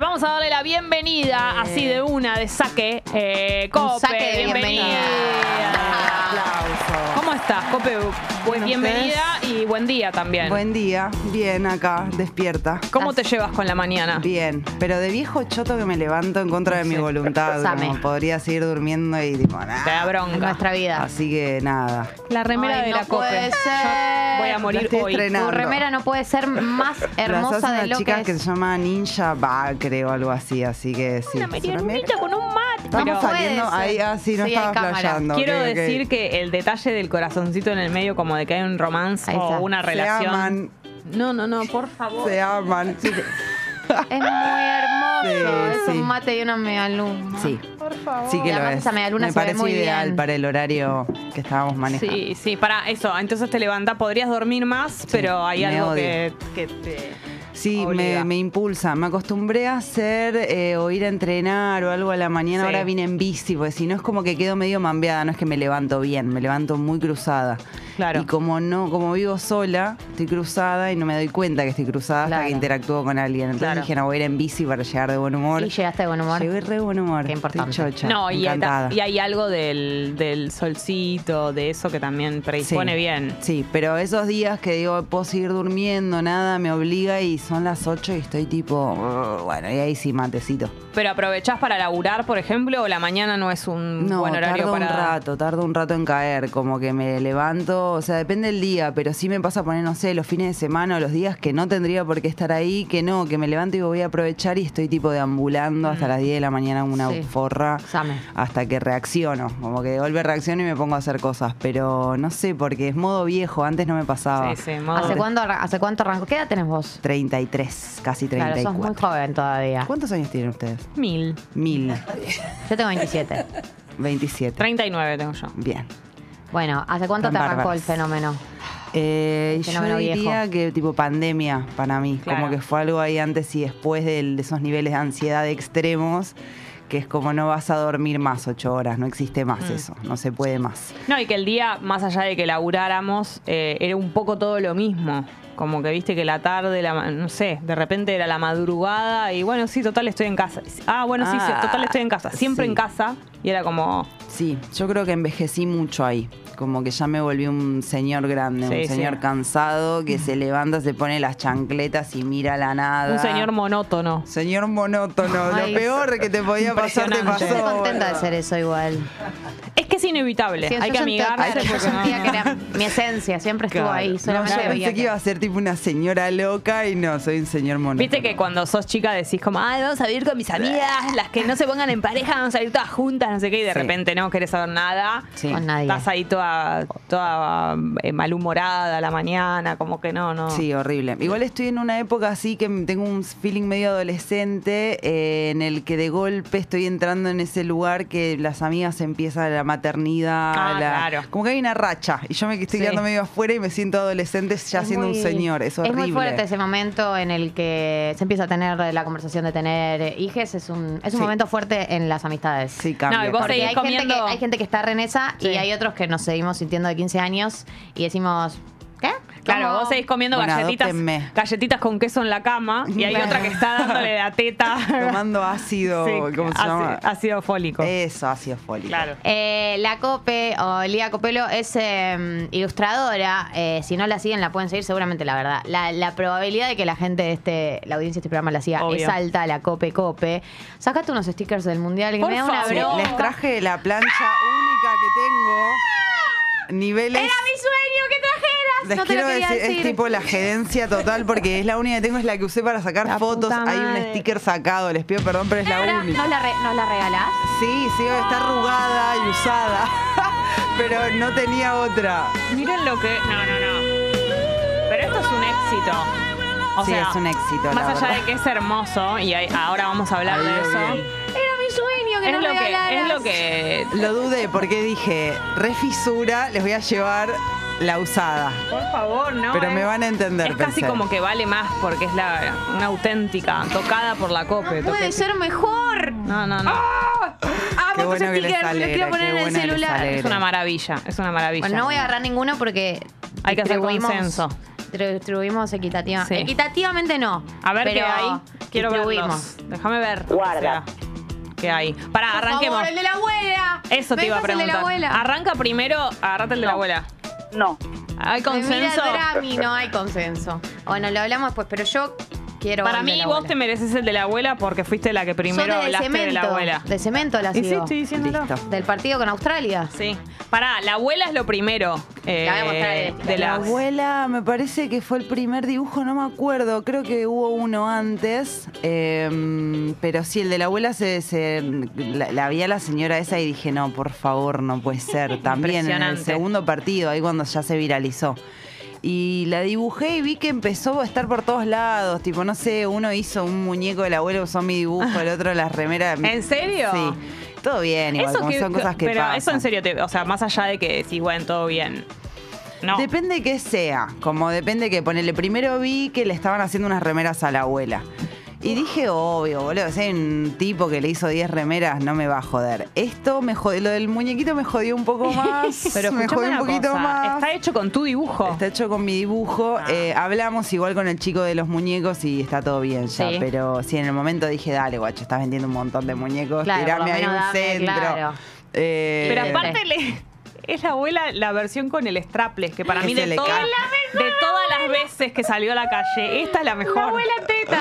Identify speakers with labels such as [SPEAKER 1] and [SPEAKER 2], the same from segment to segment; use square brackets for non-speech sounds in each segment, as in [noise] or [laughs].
[SPEAKER 1] Vamos a darle la bienvenida, así de una, de saque. Eh, Cope,
[SPEAKER 2] saque de
[SPEAKER 1] bienvenida.
[SPEAKER 2] bienvenida. Aplauso.
[SPEAKER 1] ¿Cómo estás, Cope?
[SPEAKER 3] Bueno,
[SPEAKER 1] bienvenida y buen día también.
[SPEAKER 3] Buen día, bien acá, despierta.
[SPEAKER 1] ¿Cómo te llevas con la mañana?
[SPEAKER 3] Bien, pero de viejo choto que me levanto en contra de mi voluntad,
[SPEAKER 2] Same.
[SPEAKER 3] como podría seguir durmiendo y tipo
[SPEAKER 1] Te da
[SPEAKER 3] nada.
[SPEAKER 2] En
[SPEAKER 1] bronca.
[SPEAKER 2] nuestra vida.
[SPEAKER 3] Así que nada.
[SPEAKER 1] La remera
[SPEAKER 2] Ay,
[SPEAKER 1] de
[SPEAKER 2] no
[SPEAKER 1] la Cope.
[SPEAKER 2] puede
[SPEAKER 1] Yo
[SPEAKER 2] ser.
[SPEAKER 1] Voy a
[SPEAKER 3] La
[SPEAKER 1] morir
[SPEAKER 3] estoy
[SPEAKER 1] hoy.
[SPEAKER 3] estrenando.
[SPEAKER 2] Tu remera no puede
[SPEAKER 3] [laughs]
[SPEAKER 2] ser más
[SPEAKER 3] Las hace
[SPEAKER 2] hermosa
[SPEAKER 3] una
[SPEAKER 2] de lo
[SPEAKER 3] chica
[SPEAKER 2] que es.
[SPEAKER 3] se llama Ninja Va, creo, algo así, así que sí.
[SPEAKER 1] Una
[SPEAKER 3] su
[SPEAKER 1] medianunita
[SPEAKER 3] remera.
[SPEAKER 1] con un mate.
[SPEAKER 3] Estamos
[SPEAKER 1] Pero-
[SPEAKER 2] puede
[SPEAKER 3] saliendo
[SPEAKER 2] ser.
[SPEAKER 3] ahí, ah, sí, no
[SPEAKER 2] Sí, hay
[SPEAKER 3] estaba
[SPEAKER 2] cámara.
[SPEAKER 3] flasheando.
[SPEAKER 1] Quiero
[SPEAKER 3] ok, ok.
[SPEAKER 1] decir que el detalle del corazoncito en el medio, como de que hay un romance
[SPEAKER 2] Ahí está.
[SPEAKER 1] o una
[SPEAKER 3] se
[SPEAKER 1] relación.
[SPEAKER 3] aman,
[SPEAKER 1] No, no, no, por favor.
[SPEAKER 3] se aman. Sí,
[SPEAKER 2] Es muy hermoso.
[SPEAKER 3] Sí,
[SPEAKER 2] es
[SPEAKER 3] sí.
[SPEAKER 2] un mate y una medialuna.
[SPEAKER 3] sí.
[SPEAKER 1] Por favor.
[SPEAKER 3] sí que
[SPEAKER 2] Y
[SPEAKER 3] lo
[SPEAKER 2] además
[SPEAKER 3] es.
[SPEAKER 2] esa medialuna
[SPEAKER 3] Me
[SPEAKER 2] se ve
[SPEAKER 3] parece
[SPEAKER 2] muy
[SPEAKER 3] ideal
[SPEAKER 2] bien.
[SPEAKER 3] para el horario que estábamos manejando.
[SPEAKER 1] Sí, sí, para eso. Entonces te levanta, podrías dormir más, pero hay
[SPEAKER 3] me
[SPEAKER 1] algo
[SPEAKER 3] odio.
[SPEAKER 1] que, que te.
[SPEAKER 3] Sí,
[SPEAKER 1] Obliga.
[SPEAKER 3] me, me impulsa. Me acostumbré a hacer eh, o ir a entrenar o algo a la mañana.
[SPEAKER 1] Sí.
[SPEAKER 3] Ahora vine en bici, porque si no es como que quedo medio mambeada. No es que me levanto bien, me levanto muy cruzada.
[SPEAKER 1] Claro.
[SPEAKER 3] Y como no, como vivo sola, estoy cruzada y no me doy cuenta que estoy cruzada hasta
[SPEAKER 2] Claro.
[SPEAKER 3] que interactúo con alguien. Entonces
[SPEAKER 1] Claro.
[SPEAKER 3] dije, no, voy a ir en bici para llegar de buen humor.
[SPEAKER 2] Y llegaste de buen humor.
[SPEAKER 3] Llegué re de buen humor.
[SPEAKER 2] Qué importante.
[SPEAKER 3] Estoy chocha,
[SPEAKER 1] No, y,
[SPEAKER 3] encantada.
[SPEAKER 1] y hay algo del, del solcito, de eso que también predispone
[SPEAKER 3] Sí.
[SPEAKER 1] bien.
[SPEAKER 3] Sí, pero esos días que digo, puedo seguir durmiendo, nada, me obliga y son las 8 y estoy tipo, "Ugh", bueno, y ahí sí, matecito.
[SPEAKER 1] Pero aprovechás para laburar, por ejemplo, o la mañana no es un
[SPEAKER 3] No,
[SPEAKER 1] buen horario
[SPEAKER 3] tardo
[SPEAKER 1] para.
[SPEAKER 3] un rato, tardo un rato en caer, como que me levanto, o sea, depende del día, pero sí me pasa a poner, no sé, los fines de semana o los días que no tendría por qué estar ahí, que no, que me levanto y voy a aprovechar y estoy tipo deambulando
[SPEAKER 1] Mm.
[SPEAKER 3] hasta las 10 de la mañana en una
[SPEAKER 2] Sí.
[SPEAKER 3] forra
[SPEAKER 2] Same.
[SPEAKER 3] hasta que reacciono, como que de golpe reacciono y me pongo a hacer cosas, pero no sé, porque es modo viejo, antes no me pasaba.
[SPEAKER 1] Sí, sí, modo-
[SPEAKER 2] ¿Hace cuándo, arran- ¿Hace cuánto arrancó? ¿Qué edad tenés vos?
[SPEAKER 3] 33, casi
[SPEAKER 2] Claro,
[SPEAKER 3] 34.
[SPEAKER 2] sos muy joven todavía.
[SPEAKER 3] ¿Cuántos años tienen ustedes?
[SPEAKER 1] Mil.
[SPEAKER 3] Mil,
[SPEAKER 2] Yo tengo 27.
[SPEAKER 3] 27.
[SPEAKER 1] 39 tengo yo.
[SPEAKER 3] Bien.
[SPEAKER 2] Bueno, ¿hace cuánto
[SPEAKER 3] Tan
[SPEAKER 2] te arrancó el
[SPEAKER 3] bárbaras.
[SPEAKER 2] fenómeno?
[SPEAKER 3] Eh,
[SPEAKER 2] El
[SPEAKER 3] yo
[SPEAKER 2] fenómeno
[SPEAKER 3] diría que tipo pandemia para mí,
[SPEAKER 1] Claro.
[SPEAKER 3] como que fue algo ahí antes y después del- de esos niveles de ansiedad extremos, que es como no vas a dormir más ocho horas, no existe
[SPEAKER 1] Mm.
[SPEAKER 3] más eso, no se puede más.
[SPEAKER 1] No, y que el día, más allá de que laburáramos, eh, era un poco todo lo mismo. Como que viste que la tarde, la, ma- no sé, de repente era la madrugada y bueno, sí, total estoy en casa. Ah, bueno, sí, sí,
[SPEAKER 3] Ah,
[SPEAKER 1] total estoy en casa. Siempre
[SPEAKER 3] sí.
[SPEAKER 1] en casa y era como,
[SPEAKER 3] Sí, yo creo que envejecí mucho ahí, como que ya me volví un señor grande,
[SPEAKER 1] Sí,
[SPEAKER 3] un
[SPEAKER 1] sí. Mm.
[SPEAKER 3] señor cansado que se levanta, se pone las chancletas y mira la nada.
[SPEAKER 1] Un señor monótono.
[SPEAKER 3] Señor monótono,
[SPEAKER 2] Ay,
[SPEAKER 3] lo peor que te podía pasar te
[SPEAKER 1] impresionante.
[SPEAKER 2] Yo
[SPEAKER 3] pasó.
[SPEAKER 2] estoy contenta de
[SPEAKER 3] boludo.
[SPEAKER 2] ser eso igual.
[SPEAKER 1] Es que es inevitable.
[SPEAKER 2] Sí,
[SPEAKER 1] Hay
[SPEAKER 2] yo
[SPEAKER 1] que
[SPEAKER 2] sentía- [laughs]
[SPEAKER 1] amigarse.
[SPEAKER 2] Yo
[SPEAKER 1] porque no-
[SPEAKER 2] sentía que era mi esencia, siempre estuvo
[SPEAKER 3] Claro.
[SPEAKER 2] ahí.
[SPEAKER 3] No,
[SPEAKER 2] Solamente
[SPEAKER 3] yo
[SPEAKER 2] veía
[SPEAKER 3] pensé que iba a ser tipo una señora loca y no, soy un señor mono.
[SPEAKER 1] Viste que cuando sos chica decís como, ay, vamos a vivir con mis amigas, las que no se pongan en pareja, vamos a ir todas juntas, no sé qué, y de
[SPEAKER 3] Sí.
[SPEAKER 1] repente no querés saber nada.
[SPEAKER 3] Sí.
[SPEAKER 2] Con nadie.
[SPEAKER 1] Estás ahí toda, toda eh, malhumorada a la mañana, como que no, no.
[SPEAKER 3] Sí, horrible. Igual estoy en una época así que tengo un feeling medio adolescente eh, en el que de golpe estoy entrando en ese lugar que las amigas empiezan la maternidad.
[SPEAKER 1] Ah,
[SPEAKER 3] la-
[SPEAKER 1] claro.
[SPEAKER 3] Como que hay una racha y yo me
[SPEAKER 1] Sí.
[SPEAKER 3] estoy quedando medio afuera y me siento adolescente ya
[SPEAKER 2] Es
[SPEAKER 3] siendo
[SPEAKER 2] muy-
[SPEAKER 3] un señor. Es horrible.
[SPEAKER 2] Es muy fuerte ese momento en el que se empieza a tener eh, la conversación de tener eh, hijes. Es un, es un
[SPEAKER 3] Sí.
[SPEAKER 2] momento fuerte en las amistades.
[SPEAKER 3] Sí, cambia.
[SPEAKER 1] No, y vos
[SPEAKER 3] cambia.
[SPEAKER 2] Porque
[SPEAKER 1] seguís
[SPEAKER 2] hay gente,
[SPEAKER 1] comiendo-
[SPEAKER 2] que, hay gente que está re en esa
[SPEAKER 1] Sí.
[SPEAKER 2] y hay otros que nos seguimos sintiendo de 15 años y decimos, ¿qué?
[SPEAKER 1] Claro,
[SPEAKER 2] ¿Cómo?
[SPEAKER 1] vos seguís comiendo
[SPEAKER 3] Bueno,
[SPEAKER 1] galletitas,
[SPEAKER 3] adóptenme.
[SPEAKER 1] galletitas con queso en la cama y hay
[SPEAKER 2] Claro.
[SPEAKER 1] otra que está dándole la teta.
[SPEAKER 3] [laughs] Tomando ácido,
[SPEAKER 1] Sí,
[SPEAKER 3] ¿cómo se
[SPEAKER 1] ácido-
[SPEAKER 3] llama? Eh,
[SPEAKER 1] Ácido fólico.
[SPEAKER 3] Eso, ácido fólico.
[SPEAKER 1] claro.
[SPEAKER 2] Eh, la Cope o Lía Copelo es eh, ilustradora. Eh, si no la siguen, la pueden seguir, seguramente la verdad. La, la probabilidad de que la gente de este, la audiencia de este programa la siga
[SPEAKER 1] Obvio.
[SPEAKER 2] es alta, la Cope Cope. Sacate unos stickers del mundial que
[SPEAKER 1] Por
[SPEAKER 2] me da una
[SPEAKER 1] favor.
[SPEAKER 3] Sí,
[SPEAKER 2] bronca.
[SPEAKER 3] Les traje la plancha única que tengo. Niveles.
[SPEAKER 2] Era mi sueño que trajeras.
[SPEAKER 3] Les
[SPEAKER 2] no te lo
[SPEAKER 3] quiero
[SPEAKER 2] quería
[SPEAKER 3] decir,
[SPEAKER 2] decir.
[SPEAKER 3] es tipo la gerencia total porque es la única que tengo, es la que usé para sacar
[SPEAKER 1] La
[SPEAKER 3] fotos.
[SPEAKER 1] puta
[SPEAKER 3] Hay un
[SPEAKER 1] madre.
[SPEAKER 3] sticker sacado, les pido perdón, pero es la
[SPEAKER 2] Ahora,
[SPEAKER 3] única.
[SPEAKER 2] ¿Nos la, re- nos la regalás?
[SPEAKER 3] Sí, sí, está arrugada y usada, [laughs] pero no tenía otra.
[SPEAKER 1] Miren lo que. No, no, no. Pero esto es un éxito. O
[SPEAKER 3] Sí,
[SPEAKER 1] sea,
[SPEAKER 3] es un éxito, la
[SPEAKER 1] Más allá
[SPEAKER 3] verdad.
[SPEAKER 1] de que es hermoso, y ahí- ahora vamos a hablar
[SPEAKER 3] Ahí
[SPEAKER 1] de
[SPEAKER 3] lo
[SPEAKER 1] eso.
[SPEAKER 3] bien.
[SPEAKER 2] Era mi sueño
[SPEAKER 1] Es lo, que, es lo que.
[SPEAKER 3] Lo dudé porque dije, refisura, les voy a llevar la usada.
[SPEAKER 1] Por favor, no.
[SPEAKER 3] Pero
[SPEAKER 1] es-
[SPEAKER 3] me van a entender,
[SPEAKER 1] Es casi
[SPEAKER 3] pensé.
[SPEAKER 1] como que vale más porque es la, una auténtica, tocada por la cope.
[SPEAKER 2] Puede
[SPEAKER 1] toque-
[SPEAKER 2] ser mejor.
[SPEAKER 1] No, no, no.
[SPEAKER 2] Ah,
[SPEAKER 3] Qué bueno que les alegra, qué bueno que les alegra.
[SPEAKER 1] Es una maravilla, es una maravilla.
[SPEAKER 2] Bueno, no voy a agarrar ninguno porque
[SPEAKER 1] Hay que hacer
[SPEAKER 2] distribuimos-
[SPEAKER 1] consenso.
[SPEAKER 2] distribuimos equitativamente.
[SPEAKER 1] Sí.
[SPEAKER 2] Equitativamente no.
[SPEAKER 1] A ver
[SPEAKER 2] pero
[SPEAKER 1] qué hay. Quiero
[SPEAKER 2] distribuimos.
[SPEAKER 1] verlos. Déjame ver.
[SPEAKER 4] Guarda.
[SPEAKER 1] O sea, ¿Qué hay? Pará,
[SPEAKER 2] Por
[SPEAKER 1] arranquemos.
[SPEAKER 2] favor, el de la abuela.
[SPEAKER 1] Eso te
[SPEAKER 2] ¿Me
[SPEAKER 1] iba a
[SPEAKER 2] dejas el de
[SPEAKER 1] preguntar.
[SPEAKER 2] la abuela?
[SPEAKER 1] Arranca primero, agarrate el de la
[SPEAKER 4] No.
[SPEAKER 1] abuela.
[SPEAKER 4] No.
[SPEAKER 1] ¿Hay
[SPEAKER 2] Me mira
[SPEAKER 1] consenso?
[SPEAKER 2] Drami, no hay consenso. Bueno, lo hablamos después, pero yo quiero.
[SPEAKER 1] Para
[SPEAKER 2] el de
[SPEAKER 1] mí
[SPEAKER 2] la
[SPEAKER 1] vos
[SPEAKER 2] abuela.
[SPEAKER 1] te mereces el de la abuela porque fuiste la que primero
[SPEAKER 2] Sos de
[SPEAKER 1] hablaste
[SPEAKER 2] cemento,
[SPEAKER 1] de la abuela.
[SPEAKER 2] De cemento la
[SPEAKER 1] Y sí,
[SPEAKER 2] sigo.
[SPEAKER 1] estoy diciéndolo.
[SPEAKER 3] Listo.
[SPEAKER 2] Del partido con Australia.
[SPEAKER 1] Sí. Pará, la abuela es lo primero. eh,
[SPEAKER 2] La voy a mostrar en el
[SPEAKER 1] de
[SPEAKER 3] La
[SPEAKER 1] las...
[SPEAKER 3] abuela me parece que fue el primer dibujo, no me acuerdo, creo que hubo uno antes, eh, pero sí, el de la abuela se, se- la, la vi a la señora esa y dije, no, por favor, no
[SPEAKER 1] [laughs]
[SPEAKER 3] puede ser, también en el
[SPEAKER 1] Impresionante.
[SPEAKER 3] segundo partido, ahí cuando ya se viralizó. Y la dibujé y vi que empezó a estar por todos lados, tipo, no sé, uno hizo un muñeco del abuelo, usó mi dibujo, el otro las remeras.
[SPEAKER 1] Ah. ¿En serio?
[SPEAKER 3] Sí, todo bien, igual, como son cosas que
[SPEAKER 1] pero eso en
[SPEAKER 3] pasan.
[SPEAKER 1] serio, te- o sea, más allá de que sí, bueno, todo bien. No.
[SPEAKER 3] Depende que sea, como depende que ponele. Primero vi que le estaban haciendo unas remeras a la abuela. Y dije, obvio, boludo, si hay un tipo que le hizo 10 remeras, no me va a joder. Esto me jodió, lo del muñequito me jodió un poco más.
[SPEAKER 1] pero
[SPEAKER 3] me
[SPEAKER 1] escuchame
[SPEAKER 3] jodió un
[SPEAKER 1] una
[SPEAKER 3] poquito
[SPEAKER 1] cosa,
[SPEAKER 3] más.
[SPEAKER 1] Está hecho con tu dibujo.
[SPEAKER 3] Está hecho con mi dibujo. Eh, hablamos igual con el chico de los muñecos y está todo bien ya.
[SPEAKER 2] Sí.
[SPEAKER 3] Pero sí, en el momento dije, dale, guacho, estás vendiendo un montón de muñecos.
[SPEAKER 2] Claro, por
[SPEAKER 3] tirame
[SPEAKER 2] lo
[SPEAKER 3] ahí un
[SPEAKER 2] menos dame,
[SPEAKER 3] centro.
[SPEAKER 2] claro.
[SPEAKER 3] Eh,
[SPEAKER 1] Pero
[SPEAKER 2] Eh,
[SPEAKER 1] aparte le- es la abuela la versión con el strapless, que para
[SPEAKER 3] Que
[SPEAKER 1] mí
[SPEAKER 3] se
[SPEAKER 1] de
[SPEAKER 3] le
[SPEAKER 1] todas,
[SPEAKER 3] cae.
[SPEAKER 1] de todas las veces que salió a la calle, esta es la mejor.
[SPEAKER 2] teta.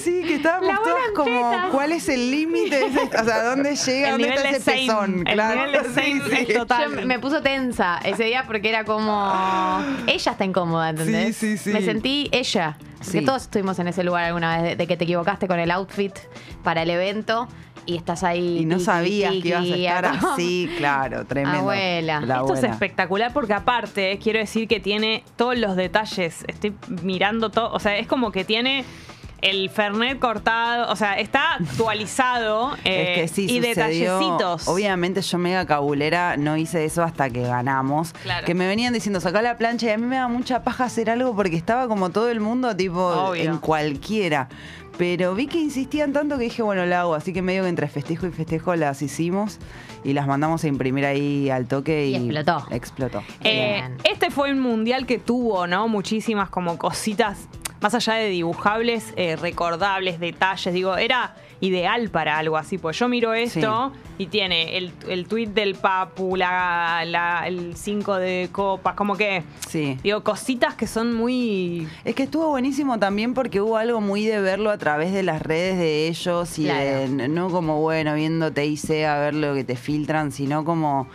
[SPEAKER 3] Sí, que estábamos
[SPEAKER 2] La
[SPEAKER 3] todas
[SPEAKER 2] buena
[SPEAKER 3] como,
[SPEAKER 2] teta.
[SPEAKER 3] ¿cuál es
[SPEAKER 1] [laughs]
[SPEAKER 3] el límite? O sea, ¿dónde llega?
[SPEAKER 1] El
[SPEAKER 3] ¿Dónde
[SPEAKER 1] nivel
[SPEAKER 3] está
[SPEAKER 1] de
[SPEAKER 3] ese
[SPEAKER 1] same,
[SPEAKER 3] pezón?
[SPEAKER 1] el
[SPEAKER 3] Claro,
[SPEAKER 1] nivel de
[SPEAKER 3] sí,
[SPEAKER 1] same
[SPEAKER 3] sí.
[SPEAKER 1] es total.
[SPEAKER 2] me puso tensa ese día porque era
[SPEAKER 3] [gasps]
[SPEAKER 2] como. Ella está incómoda, ¿entendés?
[SPEAKER 3] Sí, sí, sí.
[SPEAKER 2] Me sentí ella. Porque
[SPEAKER 3] Sí.
[SPEAKER 2] todos estuvimos en ese lugar alguna vez, de, de que te equivocaste con el outfit para el evento y estás ahí.
[SPEAKER 3] Y no
[SPEAKER 2] tiki,
[SPEAKER 3] sabías que
[SPEAKER 2] tiki,
[SPEAKER 3] ibas a estar
[SPEAKER 2] como-
[SPEAKER 3] así,
[SPEAKER 1] [laughs]
[SPEAKER 3] claro, tremendo.
[SPEAKER 2] Abuela.
[SPEAKER 3] La
[SPEAKER 1] Esto es
[SPEAKER 3] abuela.
[SPEAKER 1] espectacular porque aparte eh, quiero decir que tiene todos los detalles. Estoy mirando todo, o sea, es como que tiene el fernet cortado, o sea, está
[SPEAKER 3] [laughs]
[SPEAKER 1] actualizado eh,
[SPEAKER 3] es que sí,
[SPEAKER 1] y
[SPEAKER 3] sucedió.
[SPEAKER 1] detallecitos.
[SPEAKER 3] Obviamente yo mega cabulera no hice eso hasta que ganamos.
[SPEAKER 1] Claro.
[SPEAKER 3] Que me venían diciendo, sacá la plancha y a mí me daba mucha paja hacer algo porque estaba como todo el mundo tipo
[SPEAKER 1] Obvio.
[SPEAKER 3] en cualquiera. Pero vi que insistían tanto que dije, bueno, la hago. Así que medio que entre festejo y festejo las hicimos y las mandamos a imprimir ahí al toque
[SPEAKER 2] Y
[SPEAKER 3] y,
[SPEAKER 2] explotó.
[SPEAKER 3] Explotó.
[SPEAKER 1] Eh,
[SPEAKER 2] Bien.
[SPEAKER 1] este fue un mundial que tuvo, ¿no? Muchísimas como cositas, más allá de dibujables, eh, recordables, detalles. Digo, era ideal para algo así. Pues yo miro esto y tiene el, el tuit del Papu, la, la- el 5 de copas, como que...
[SPEAKER 3] Sí.
[SPEAKER 1] Digo, cositas que son muy...
[SPEAKER 3] Es que estuvo buenísimo también porque hubo algo muy de verlo a través de las redes de ellos y de-
[SPEAKER 2] Claro.
[SPEAKER 3] n- no como bueno viendo TIC a ver lo que te filtran, sino como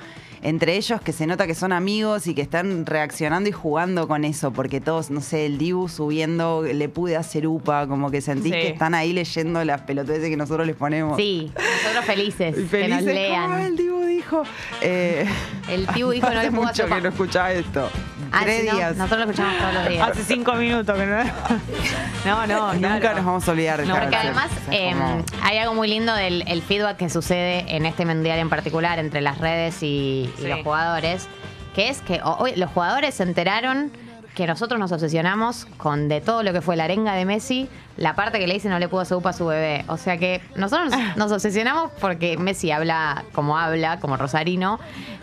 [SPEAKER 3] entre ellos que se nota que son amigos y que están reaccionando y jugando con eso, porque todos, no sé, el Dibu subiendo, le pude hacer upa, como que
[SPEAKER 1] Sí.
[SPEAKER 3] sentís que están ahí leyendo las pelotudeces que nosotros les ponemos.
[SPEAKER 2] Sí, nosotros felices,
[SPEAKER 3] Y
[SPEAKER 2] que nos
[SPEAKER 3] felices, como
[SPEAKER 2] lean.
[SPEAKER 3] el Dibu dijo. Eh,
[SPEAKER 2] El Dibu
[SPEAKER 3] [laughs]
[SPEAKER 2] dijo, no le
[SPEAKER 3] hace
[SPEAKER 2] puedo hacer
[SPEAKER 3] mucho que
[SPEAKER 2] upa.
[SPEAKER 3] no escuchaba esto.
[SPEAKER 2] Ah,
[SPEAKER 3] Tres
[SPEAKER 2] sí, no,
[SPEAKER 3] días.
[SPEAKER 2] Nosotros lo escuchamos todos los días.
[SPEAKER 1] eh, Hace cinco minutos que no... [laughs] No, no,
[SPEAKER 3] Nunca
[SPEAKER 1] claro.
[SPEAKER 3] nos vamos a olvidar de
[SPEAKER 1] No,
[SPEAKER 3] esta
[SPEAKER 2] Porque
[SPEAKER 1] Claro,
[SPEAKER 3] canción.
[SPEAKER 2] además
[SPEAKER 3] O sea, es como-
[SPEAKER 2] eh, hay algo muy lindo del el feedback que sucede en este mundial en particular entre las redes y, y
[SPEAKER 1] Sí.
[SPEAKER 2] los jugadores, que es que ho- hoy los jugadores se enteraron que nosotros nos obsesionamos con de todo lo que fue la arenga de Messi, la parte que le dice no le pudo hacer upa a su bebé. O sea que nosotros
[SPEAKER 1] [laughs]
[SPEAKER 2] nos- nos obsesionamos porque Messi habla como habla, como Rosarino.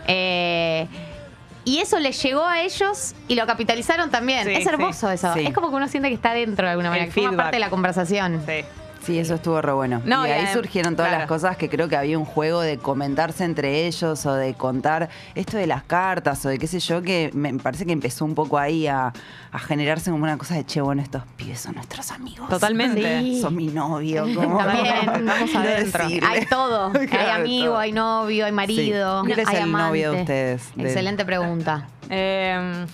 [SPEAKER 2] Eh, y eso les llegó a ellos y lo capitalizaron también.
[SPEAKER 1] Sí,
[SPEAKER 2] es hermoso
[SPEAKER 1] sí,
[SPEAKER 2] eso.
[SPEAKER 3] sí.
[SPEAKER 2] Es como que uno siente que está dentro de alguna
[SPEAKER 1] El
[SPEAKER 2] manera, que forma
[SPEAKER 1] feedback.
[SPEAKER 2] parte de la conversación.
[SPEAKER 1] Sí.
[SPEAKER 3] Sí, eso estuvo re bueno.
[SPEAKER 1] No,
[SPEAKER 3] y,
[SPEAKER 1] y
[SPEAKER 3] ahí
[SPEAKER 1] adem-
[SPEAKER 3] surgieron todas
[SPEAKER 1] claro.
[SPEAKER 3] las cosas que creo que había un juego de comentarse entre ellos o de contar esto de las cartas o de qué sé yo, que me parece que empezó un poco ahí a, a generarse como una cosa de che, bueno, estos pibes son nuestros amigos.
[SPEAKER 1] Totalmente.
[SPEAKER 2] Sí.
[SPEAKER 3] Son mi
[SPEAKER 2] [laughs]
[SPEAKER 3] novio. Como,
[SPEAKER 2] También, vamos
[SPEAKER 3] [laughs] Quiero
[SPEAKER 1] adentro.
[SPEAKER 3] decirle.
[SPEAKER 2] Hay todo. hay
[SPEAKER 3] [laughs] Claro,
[SPEAKER 2] amigo,
[SPEAKER 3] todo.
[SPEAKER 2] hay novio, hay marido.
[SPEAKER 3] Sí. ¿Quién es
[SPEAKER 2] hay
[SPEAKER 3] el
[SPEAKER 2] amante.
[SPEAKER 3] novio de ustedes? Del-
[SPEAKER 2] Excelente pregunta.
[SPEAKER 1] Eh,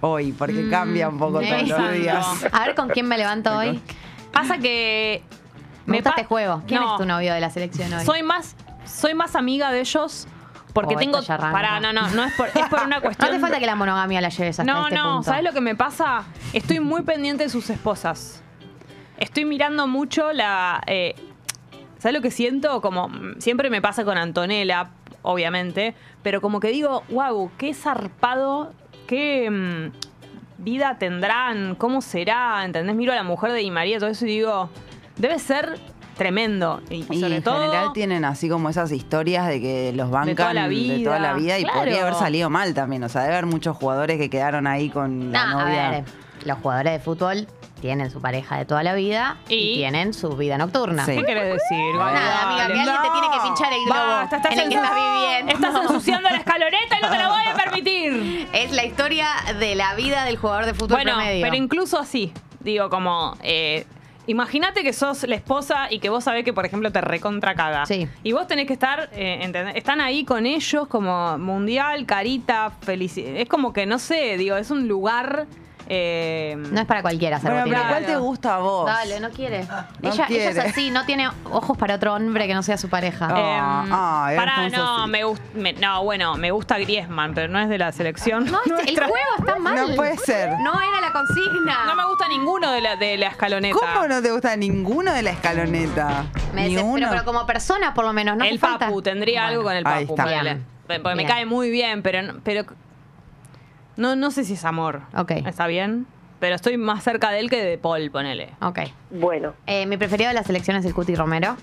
[SPEAKER 3] Hoy, porque cambia un poco
[SPEAKER 2] Mm,
[SPEAKER 3] todos los
[SPEAKER 1] pensando.
[SPEAKER 3] días.
[SPEAKER 2] A ver con quién me levanto hoy.
[SPEAKER 1] pasa que...
[SPEAKER 2] Me gusta
[SPEAKER 1] pa-
[SPEAKER 2] este juego. ¿Quién
[SPEAKER 1] No.
[SPEAKER 2] es tu novio de la selección hoy?
[SPEAKER 1] soy más soy más amiga de ellos porque
[SPEAKER 2] Oh,
[SPEAKER 1] tengo
[SPEAKER 2] esto ya arranca.
[SPEAKER 1] pará, no no no es por, es por una
[SPEAKER 2] [laughs] no
[SPEAKER 1] cuestión
[SPEAKER 2] te falta que la monogamia la lleves hasta
[SPEAKER 1] no
[SPEAKER 2] este
[SPEAKER 1] no
[SPEAKER 2] punto.
[SPEAKER 1] sabes lo que me pasa estoy muy pendiente de sus esposas estoy mirando mucho la eh, sabes lo que siento como mm, siempre me pasa con Antonella obviamente pero como que digo wow qué zarpado qué mm, vida tendrán cómo será entendés miro a la mujer de Di María todo eso y digo debe ser tremendo. Y,
[SPEAKER 3] Y
[SPEAKER 1] sobre
[SPEAKER 3] en
[SPEAKER 1] todo.
[SPEAKER 3] general tienen así como esas historias de que los bancan
[SPEAKER 1] toda la
[SPEAKER 3] de toda la
[SPEAKER 1] vida.
[SPEAKER 3] vida y
[SPEAKER 1] Claro.
[SPEAKER 3] podría haber salido mal también. O sea, debe haber muchos jugadores que quedaron ahí con la
[SPEAKER 2] No,
[SPEAKER 3] novia.
[SPEAKER 2] a ver, eh, los jugadores de fútbol tienen su pareja de toda la vida y,
[SPEAKER 1] Y-
[SPEAKER 2] tienen su vida nocturna.
[SPEAKER 3] Sí.
[SPEAKER 1] ¿Qué querés decir?
[SPEAKER 2] Nada, amiga,
[SPEAKER 1] Dale.
[SPEAKER 2] que alguien te
[SPEAKER 3] No.
[SPEAKER 2] tiene que pinchar el globo
[SPEAKER 1] Basta, estás
[SPEAKER 2] en el que
[SPEAKER 1] ensu-
[SPEAKER 2] estás viviendo.
[SPEAKER 1] Estás ensuciando la escaloneta y no te la voy a permitir.
[SPEAKER 2] [laughs] Es la historia de la vida del jugador de fútbol
[SPEAKER 1] bueno,
[SPEAKER 2] promedio.
[SPEAKER 1] pero incluso así, digo, como. eh, Imagínate que sos la esposa y que vos sabés que, por ejemplo, te recontra caga.
[SPEAKER 2] Sí.
[SPEAKER 1] Y vos tenés que estar, eh, ¿entendés? están ahí con ellos como mundial, carita, felicidad. Es como que, no sé, digo, es un lugar... eh,
[SPEAKER 2] No es para cualquiera hacer
[SPEAKER 3] Bueno, pero
[SPEAKER 2] botinera.
[SPEAKER 3] ¿cuál te gusta a vos?
[SPEAKER 2] Dale, no quiere.
[SPEAKER 3] No
[SPEAKER 2] ella,
[SPEAKER 3] quiere.
[SPEAKER 2] ella es así, no tiene ojos para otro hombre que no sea su pareja.
[SPEAKER 3] Ah.
[SPEAKER 1] Em,
[SPEAKER 3] ah, era
[SPEAKER 1] pará,
[SPEAKER 3] Alfonso
[SPEAKER 1] no,
[SPEAKER 3] Sil-
[SPEAKER 1] me gust- me- no, bueno, me gusta Griezmann, pero no es de la selección.
[SPEAKER 2] No, este- el
[SPEAKER 1] nuestra.
[SPEAKER 2] juego está mal.
[SPEAKER 3] No puede ser.
[SPEAKER 2] No era la consigna.
[SPEAKER 1] No me gusta ninguno de la, de la escaloneta.
[SPEAKER 3] ¿Cómo no te gusta ninguno de la escaloneta?
[SPEAKER 2] Me
[SPEAKER 3] Ni
[SPEAKER 2] desespero,
[SPEAKER 3] uno.
[SPEAKER 2] pero como persona, por lo menos, no
[SPEAKER 1] el
[SPEAKER 2] hace falta.
[SPEAKER 1] Papu, tendría
[SPEAKER 2] Bueno,
[SPEAKER 1] algo con el
[SPEAKER 3] ahí
[SPEAKER 1] Papu.
[SPEAKER 3] está.
[SPEAKER 1] ponele.
[SPEAKER 2] Bien.
[SPEAKER 1] Porque me
[SPEAKER 2] Bien.
[SPEAKER 1] cae muy bien, pero, no- pero no, no sé si es amor.
[SPEAKER 2] Ok.
[SPEAKER 1] ¿Está bien? Pero estoy más cerca de él que de Paul, ponele.
[SPEAKER 2] Ok.
[SPEAKER 4] Bueno,
[SPEAKER 2] Eh, mi preferido de la selección es el Cuti Romero.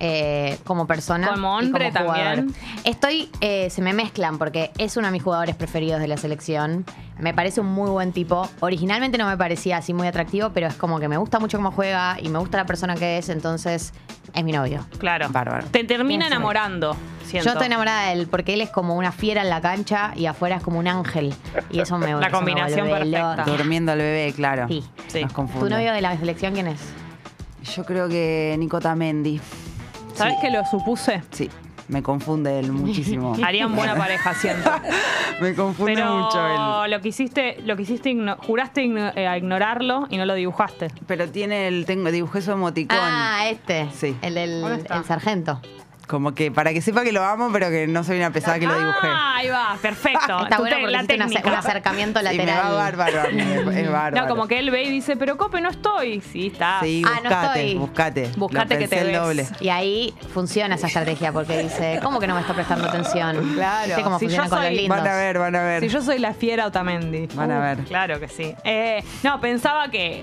[SPEAKER 2] eh, como persona.
[SPEAKER 1] Como
[SPEAKER 2] y
[SPEAKER 1] hombre
[SPEAKER 2] como jugador.
[SPEAKER 1] también.
[SPEAKER 2] Estoy. eh, se me mezclan porque es uno de mis jugadores preferidos de la selección. Me parece un muy buen tipo. Originalmente no me parecía así muy atractivo, pero es como que me gusta mucho cómo juega y me gusta la persona que es, entonces es mi novio.
[SPEAKER 1] Claro.
[SPEAKER 3] Bárbaro.
[SPEAKER 1] Te termina
[SPEAKER 2] Bien, sí.
[SPEAKER 1] enamorando. siento.
[SPEAKER 2] Yo estoy enamorada de él porque él es como una fiera en la cancha y afuera es como un ángel. Y eso
[SPEAKER 1] [laughs]
[SPEAKER 2] me
[SPEAKER 1] La
[SPEAKER 2] eso me
[SPEAKER 1] combinación
[SPEAKER 2] vuelve
[SPEAKER 1] perfecta.
[SPEAKER 2] loca.
[SPEAKER 3] Durmiendo al bebé, claro.
[SPEAKER 2] Sí.
[SPEAKER 1] Sí.
[SPEAKER 3] Nos
[SPEAKER 2] ¿Tu
[SPEAKER 3] confunde.
[SPEAKER 2] novio de la selección quién es?
[SPEAKER 3] Yo creo que Nicota Mendy.
[SPEAKER 1] ¿Sabes que lo supuse?
[SPEAKER 3] Sí, me confunde él muchísimo.
[SPEAKER 1] [laughs] Harían
[SPEAKER 3] [laughs]
[SPEAKER 1] buena pareja,
[SPEAKER 2] [laughs]
[SPEAKER 1] siento.
[SPEAKER 3] me confunde
[SPEAKER 1] Pero
[SPEAKER 3] mucho él.
[SPEAKER 1] lo que hiciste, lo que hiciste igno- juraste igno- eh, a ignorarlo y no lo dibujaste.
[SPEAKER 3] Pero tiene el, tengo, dibujé su emoticón.
[SPEAKER 2] Ah, este.
[SPEAKER 3] Sí.
[SPEAKER 2] El
[SPEAKER 1] ¿Dónde
[SPEAKER 2] del
[SPEAKER 1] está?
[SPEAKER 2] el sargento.
[SPEAKER 3] Como que para que sepa que lo amo, pero que no soy una pesada que lo dibujé.
[SPEAKER 1] Ah, ahí va, perfecto.
[SPEAKER 2] [laughs] Está
[SPEAKER 1] Tú
[SPEAKER 2] bueno
[SPEAKER 1] te-
[SPEAKER 2] porque
[SPEAKER 1] la
[SPEAKER 2] hiciste un ace-
[SPEAKER 1] técnica.
[SPEAKER 2] un acercamiento
[SPEAKER 3] Y
[SPEAKER 2] lateral.
[SPEAKER 3] me va bárbaro, a mí, es bárbaro.
[SPEAKER 1] [laughs] No, como que él ve y dice, pero Cope, no estoy. Sí, está.
[SPEAKER 3] Sí,
[SPEAKER 2] Ah, no
[SPEAKER 3] buscate,
[SPEAKER 2] estoy.
[SPEAKER 3] buscate. Lo
[SPEAKER 1] Buscate que te
[SPEAKER 3] pensé el
[SPEAKER 1] ves.
[SPEAKER 3] doble.
[SPEAKER 2] Y ahí funciona esa estrategia porque dice, ¿cómo que no me está prestando atención?
[SPEAKER 3] Claro,
[SPEAKER 2] ¿Viste cómo
[SPEAKER 1] si
[SPEAKER 2] funciona
[SPEAKER 1] yo
[SPEAKER 2] con
[SPEAKER 1] soy-
[SPEAKER 2] los lindos?
[SPEAKER 3] Van a ver, van a ver.
[SPEAKER 1] Si yo soy la fiera Otamendi. Uh,
[SPEAKER 3] Van a ver.
[SPEAKER 1] Claro que sí. Eh, no, pensaba que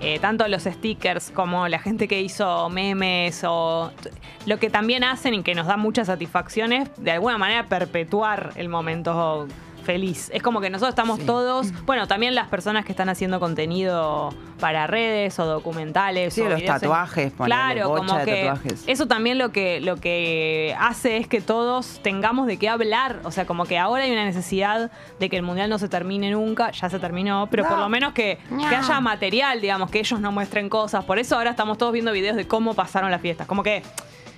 [SPEAKER 1] eh, tanto los stickers como la gente que hizo memes o t- lo que también hacen y que nos da muchas satisfacciones, de alguna manera perpetuar el momento feliz. Es como que nosotros estamos
[SPEAKER 3] Sí. Mm.
[SPEAKER 1] todos, bueno, también las personas que están haciendo contenido para redes o documentales.
[SPEAKER 3] Sí,
[SPEAKER 1] o
[SPEAKER 3] los
[SPEAKER 1] videos en-
[SPEAKER 3] tatuajes, ponele,
[SPEAKER 1] Claro,
[SPEAKER 3] bocha
[SPEAKER 1] como
[SPEAKER 3] de
[SPEAKER 1] que
[SPEAKER 3] tatuajes.
[SPEAKER 1] eso también lo que, lo que hace es que todos tengamos de qué hablar. O sea, como que ahora hay una necesidad de que el mundial no se termine nunca, ya se terminó, pero por
[SPEAKER 3] No.
[SPEAKER 1] lo menos que, que
[SPEAKER 2] No.
[SPEAKER 1] haya material, digamos, que ellos no muestren cosas. Por eso ahora estamos todos viendo videos de cómo pasaron las fiestas. Como que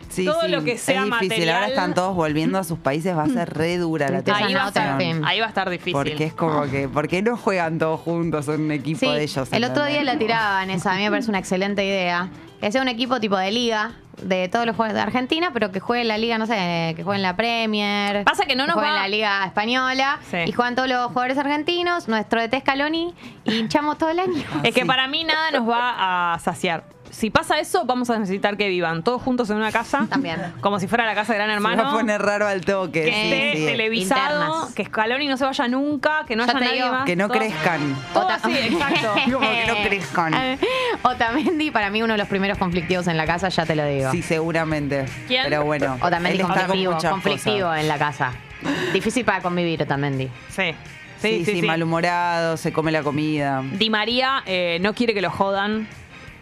[SPEAKER 3] Sí,
[SPEAKER 1] todo
[SPEAKER 3] sí,
[SPEAKER 1] lo que sea
[SPEAKER 3] es difícil. Ahora
[SPEAKER 1] material-
[SPEAKER 3] están todos volviendo a sus países, va a ser re dura la
[SPEAKER 2] Entonces,
[SPEAKER 1] ahí va, a estar,
[SPEAKER 2] fin.
[SPEAKER 1] ahí va a estar difícil.
[SPEAKER 3] Porque es como que, ¿por qué no juegan todos juntos en un equipo
[SPEAKER 2] Sí,
[SPEAKER 3] de ellos?
[SPEAKER 2] el otro día
[SPEAKER 3] ¿entendés?
[SPEAKER 2] la tiraban esa, a mí me parece una excelente idea. Que sea un equipo tipo de liga, de todos los juegos de Argentina, pero que juegue en la liga, no sé, que juegue en la Premier.
[SPEAKER 1] Pasa que no nos
[SPEAKER 2] juegue en
[SPEAKER 1] va-
[SPEAKER 2] la liga española.
[SPEAKER 1] Sí.
[SPEAKER 2] Y juegan todos los jugadores argentinos, nuestro de Tescaloni, y hinchamos todo el año.
[SPEAKER 1] Es que
[SPEAKER 3] Ah, sí.
[SPEAKER 1] para mí nada nos va a saciar. Si pasa eso, vamos a necesitar que vivan todos juntos en una casa.
[SPEAKER 2] También.
[SPEAKER 1] Como si fuera la casa de Gran
[SPEAKER 3] Se
[SPEAKER 1] Hermano.
[SPEAKER 3] va a poner raro al toque.
[SPEAKER 1] que
[SPEAKER 3] sí,
[SPEAKER 1] esté
[SPEAKER 3] sí.
[SPEAKER 1] televisado,
[SPEAKER 2] Internas.
[SPEAKER 1] que Scaloni no se vaya nunca, que no
[SPEAKER 2] Ya
[SPEAKER 1] haya
[SPEAKER 2] te
[SPEAKER 1] nadie
[SPEAKER 2] digo.
[SPEAKER 1] más.
[SPEAKER 3] Que no
[SPEAKER 1] Todo-
[SPEAKER 3] crezcan.
[SPEAKER 1] Todo así,
[SPEAKER 3] [laughs]
[SPEAKER 1] exacto.
[SPEAKER 3] Como que no crezcan.
[SPEAKER 2] Eh, Otamendi, para mí, uno de los primeros conflictivos en la casa, ya te lo digo.
[SPEAKER 3] Sí, seguramente.
[SPEAKER 1] ¿Quién?
[SPEAKER 3] Pero bueno.
[SPEAKER 2] Otamendi
[SPEAKER 3] él está con
[SPEAKER 2] conflictivo,
[SPEAKER 3] muchas
[SPEAKER 2] conflictivo
[SPEAKER 3] cosas.
[SPEAKER 2] en la casa. Difícil para convivir, Otamendi.
[SPEAKER 1] Sí.
[SPEAKER 3] Sí sí, malhumorado, se come la comida.
[SPEAKER 1] Di María eh, no quiere que lo jodan.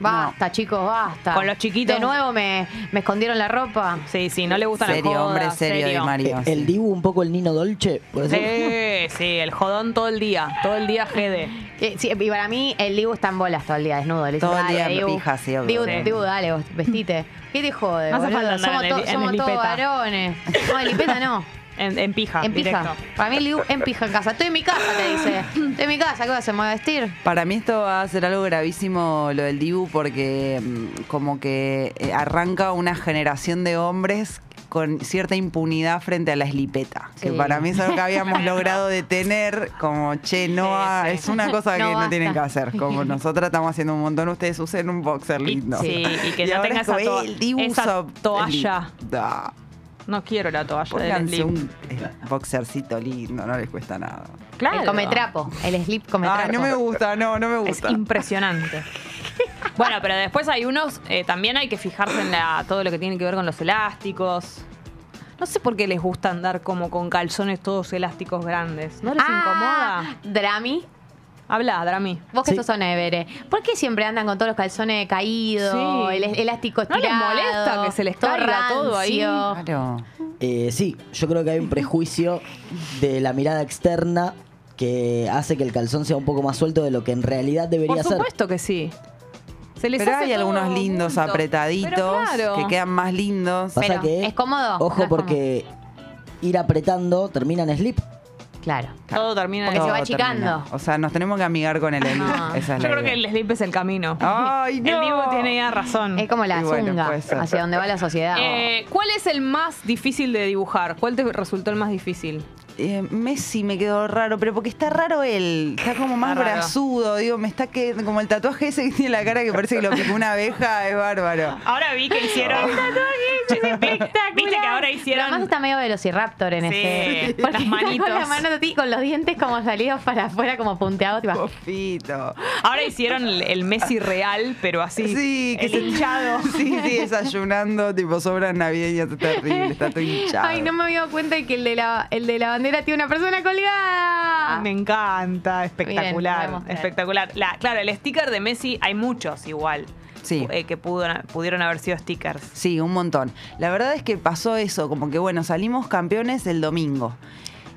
[SPEAKER 2] Basta, chicos, basta.
[SPEAKER 1] Con los chiquitos.
[SPEAKER 2] De nuevo me, me escondieron la ropa.
[SPEAKER 1] Sí, sí, no le gustan las
[SPEAKER 3] Serio,
[SPEAKER 1] jodas.
[SPEAKER 3] hombre, serio, Di Mario.
[SPEAKER 5] Eh, El Dibu, un poco el Nino Dolce, por decir.
[SPEAKER 1] Sí, sí, el jodón todo el día, todo el día Gede.
[SPEAKER 2] Eh, sí, y para mí, el Dibu está en bolas todo el día, desnudo. Le dice,
[SPEAKER 3] Todo el
[SPEAKER 2] dale,
[SPEAKER 3] día en
[SPEAKER 2] Dibu,
[SPEAKER 3] pija, sí, obvio.
[SPEAKER 2] Dibu,
[SPEAKER 1] Sí.
[SPEAKER 2] Dibu, dale, vos, vestite. ¿Qué te jode,
[SPEAKER 1] No hace
[SPEAKER 2] boludo?
[SPEAKER 1] falta andar
[SPEAKER 2] Somos,
[SPEAKER 1] en
[SPEAKER 2] to-
[SPEAKER 1] el- en
[SPEAKER 2] somos
[SPEAKER 1] el
[SPEAKER 2] todos
[SPEAKER 1] lipeta.
[SPEAKER 2] varones. No, en lipeta no.
[SPEAKER 1] En, en pija,
[SPEAKER 2] En pija.
[SPEAKER 1] Ah, directo.
[SPEAKER 2] Para mí el Dibu en pija en casa. Estoy en mi casa, te dice. Estoy en mi casa, ¿qué vas a hacer? ¿Me voy a vestir?
[SPEAKER 3] Para mí esto va a ser algo gravísimo lo del Dibu porque mm, como que eh, arranca una generación de hombres con cierta impunidad frente a la eslipeta. Que
[SPEAKER 2] Sí.
[SPEAKER 3] para mí es algo que
[SPEAKER 1] [laughs]
[SPEAKER 3] habíamos logrado detener, como, che, no,
[SPEAKER 1] Sí,
[SPEAKER 3] va-
[SPEAKER 1] sí.
[SPEAKER 3] es una cosa
[SPEAKER 2] No
[SPEAKER 3] que
[SPEAKER 2] basta.
[SPEAKER 3] no tienen que hacer. Como nosotras estamos haciendo un montón, ustedes usen un boxer
[SPEAKER 1] Y-
[SPEAKER 3] lindo.
[SPEAKER 1] sí, y que no
[SPEAKER 3] ahora
[SPEAKER 1] tenga
[SPEAKER 3] es como,
[SPEAKER 1] esa to-
[SPEAKER 3] "Eh, el Dibu
[SPEAKER 1] esa
[SPEAKER 3] usa
[SPEAKER 1] toalla".
[SPEAKER 3] eslipeta.
[SPEAKER 1] No quiero la toalla de
[SPEAKER 3] Pónganse
[SPEAKER 1] Leslie.
[SPEAKER 3] un eh, boxercito lindo, no les cuesta nada.
[SPEAKER 1] Claro.
[SPEAKER 2] El cometrapo. El slip cometrapo.
[SPEAKER 3] Ay, no me gusta, no, no me
[SPEAKER 1] Es
[SPEAKER 3] gusta.
[SPEAKER 1] impresionante. Bueno, pero después hay unos, eh, también hay que fijarse en la- todo lo que tiene que ver con los elásticos. No sé por qué les gusta andar como con calzones todos elásticos grandes. ¿No les
[SPEAKER 2] Ah,
[SPEAKER 1] incomoda?
[SPEAKER 2] Drami.
[SPEAKER 1] Habla, Drami.
[SPEAKER 2] Vos que
[SPEAKER 5] Sí.
[SPEAKER 2] sos una Evere. ¿Por qué siempre andan con todos los calzones caídos,
[SPEAKER 1] Sí.
[SPEAKER 2] el elástico
[SPEAKER 1] ¿No les
[SPEAKER 2] estirado?
[SPEAKER 1] molesta que se les caiga todo ahí?
[SPEAKER 2] rancio?
[SPEAKER 3] Claro.
[SPEAKER 5] Eh, sí, yo creo que hay un prejuicio de la mirada externa que hace que el calzón sea un poco más suelto de lo que en realidad debería
[SPEAKER 1] Por
[SPEAKER 5] ser.
[SPEAKER 1] supuesto que sí. Se les
[SPEAKER 3] Pero
[SPEAKER 1] hace
[SPEAKER 3] hay
[SPEAKER 1] todo
[SPEAKER 3] algunos lindos
[SPEAKER 1] junto.
[SPEAKER 3] apretaditos
[SPEAKER 1] Pero claro.
[SPEAKER 3] que quedan más lindos.
[SPEAKER 5] Pasa
[SPEAKER 2] Pero,
[SPEAKER 5] que,
[SPEAKER 2] ¿es cómodo?
[SPEAKER 5] Ojo,
[SPEAKER 2] No es
[SPEAKER 5] porque ir apretando termina en slip.
[SPEAKER 2] Claro.
[SPEAKER 1] Todo termina en
[SPEAKER 2] Porque se
[SPEAKER 1] eso.
[SPEAKER 2] va
[SPEAKER 3] Todo
[SPEAKER 2] achicando.
[SPEAKER 3] termina. O sea, nos tenemos que amigar con el slip.
[SPEAKER 2] No.
[SPEAKER 3] Esa es
[SPEAKER 1] Yo
[SPEAKER 3] la
[SPEAKER 1] creo que
[SPEAKER 3] idea. Ah.
[SPEAKER 1] el slip es el camino.
[SPEAKER 3] Ay, no.
[SPEAKER 1] El Diego tiene ya razón.
[SPEAKER 2] Es como la
[SPEAKER 3] Y bueno,
[SPEAKER 2] zunga,
[SPEAKER 3] puede ser.
[SPEAKER 2] hacia donde va la sociedad.
[SPEAKER 1] Eh, ¿Cuál es el más difícil de dibujar? ¿Cuál te resultó el más difícil?
[SPEAKER 3] Eh, Messi me quedó raro, pero porque está raro él. Está como más
[SPEAKER 1] Está raro.
[SPEAKER 3] brazudo, digo, me está que como el tatuaje ese que tiene en la cara que parece que lo picó una abeja, es bárbaro.
[SPEAKER 1] Ahora vi que hicieron. [laughs] Viste que ahora
[SPEAKER 2] Oh. Pero
[SPEAKER 1] hicieron.
[SPEAKER 2] además está medio velociraptor en
[SPEAKER 1] Sí,
[SPEAKER 2] ese.
[SPEAKER 1] [laughs] las
[SPEAKER 2] está
[SPEAKER 1] manitos.
[SPEAKER 2] Con la mano así, con los dientes como salidos para afuera, como punteados. tipo,
[SPEAKER 3] Pofito.
[SPEAKER 1] Ahora hicieron el, el Messi real, pero así.
[SPEAKER 3] Sí, que
[SPEAKER 1] el [laughs]
[SPEAKER 3] se-
[SPEAKER 1] hinchado.
[SPEAKER 3] Sí, sí, desayunando, tipo sobras navideñas, está terrible, está todo hinchado.
[SPEAKER 2] Ay, no me había dado cuenta de que el de la, el de la bandera tiene una persona colgada.
[SPEAKER 1] Ah, Me encanta, espectacular,
[SPEAKER 2] Miren, voy a mostrar.
[SPEAKER 1] espectacular. La, claro, el sticker de Messi hay muchos igual.
[SPEAKER 3] Sí.
[SPEAKER 1] eh, que pudo- pudieron haber sido stickers.
[SPEAKER 3] Sí, un montón. La verdad es que pasó eso, como que bueno, salimos campeones el domingo.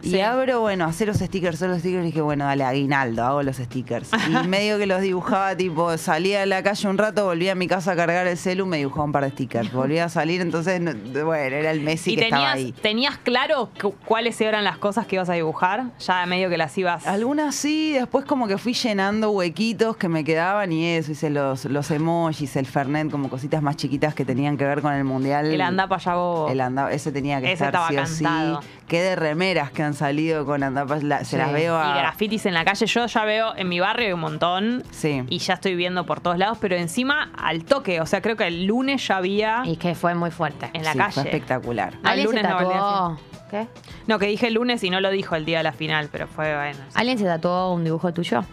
[SPEAKER 3] Y
[SPEAKER 1] Sí.
[SPEAKER 3] abro, bueno, hacer los stickers, hacer los stickers, y dije, bueno, dale, aguinaldo, hago los stickers. Y medio que los dibujaba, tipo, salía a la calle un rato, volví a mi casa a cargar el celu, me dibujaba un par de stickers. Volví a salir, entonces, no- bueno, era el Messi
[SPEAKER 1] ¿Y
[SPEAKER 3] que estaba
[SPEAKER 1] tenías,
[SPEAKER 3] ahí.
[SPEAKER 1] tenías claro cu- cuáles eran las cosas que ibas a dibujar? Ya medio que las ibas.
[SPEAKER 3] Algunas sí, después como que fui llenando huequitos que me quedaban y eso, hice los, los emojis, el Fernet, como cositas más chiquitas que tenían que ver con el Mundial.
[SPEAKER 1] El anda para allá bobo.
[SPEAKER 3] El anda- ese tenía que
[SPEAKER 1] Ese
[SPEAKER 3] estar
[SPEAKER 1] estaba
[SPEAKER 3] sí o
[SPEAKER 1] cantado.
[SPEAKER 3] sí. Qué de remeras que han salido con andapas, la- se
[SPEAKER 2] Sí.
[SPEAKER 3] las veo
[SPEAKER 1] Y
[SPEAKER 3] a...
[SPEAKER 1] grafitis en la calle. Yo ya veo en mi barrio hay un montón.
[SPEAKER 3] Sí.
[SPEAKER 1] Y ya estoy viendo por todos lados, pero encima al toque. O sea, creo que el lunes ya había
[SPEAKER 2] Y que fue muy fuerte.
[SPEAKER 1] en la
[SPEAKER 3] Sí, Fue
[SPEAKER 1] calle.
[SPEAKER 3] espectacular.
[SPEAKER 1] Ah,
[SPEAKER 2] ¿Alguien
[SPEAKER 1] lunes
[SPEAKER 2] se
[SPEAKER 1] no valía
[SPEAKER 2] tatuó? ¿Qué?
[SPEAKER 1] No, que dije el lunes y no lo dijo el día de la final, pero fue bueno.
[SPEAKER 2] ¿Alguien se tatuó un dibujo tuyo?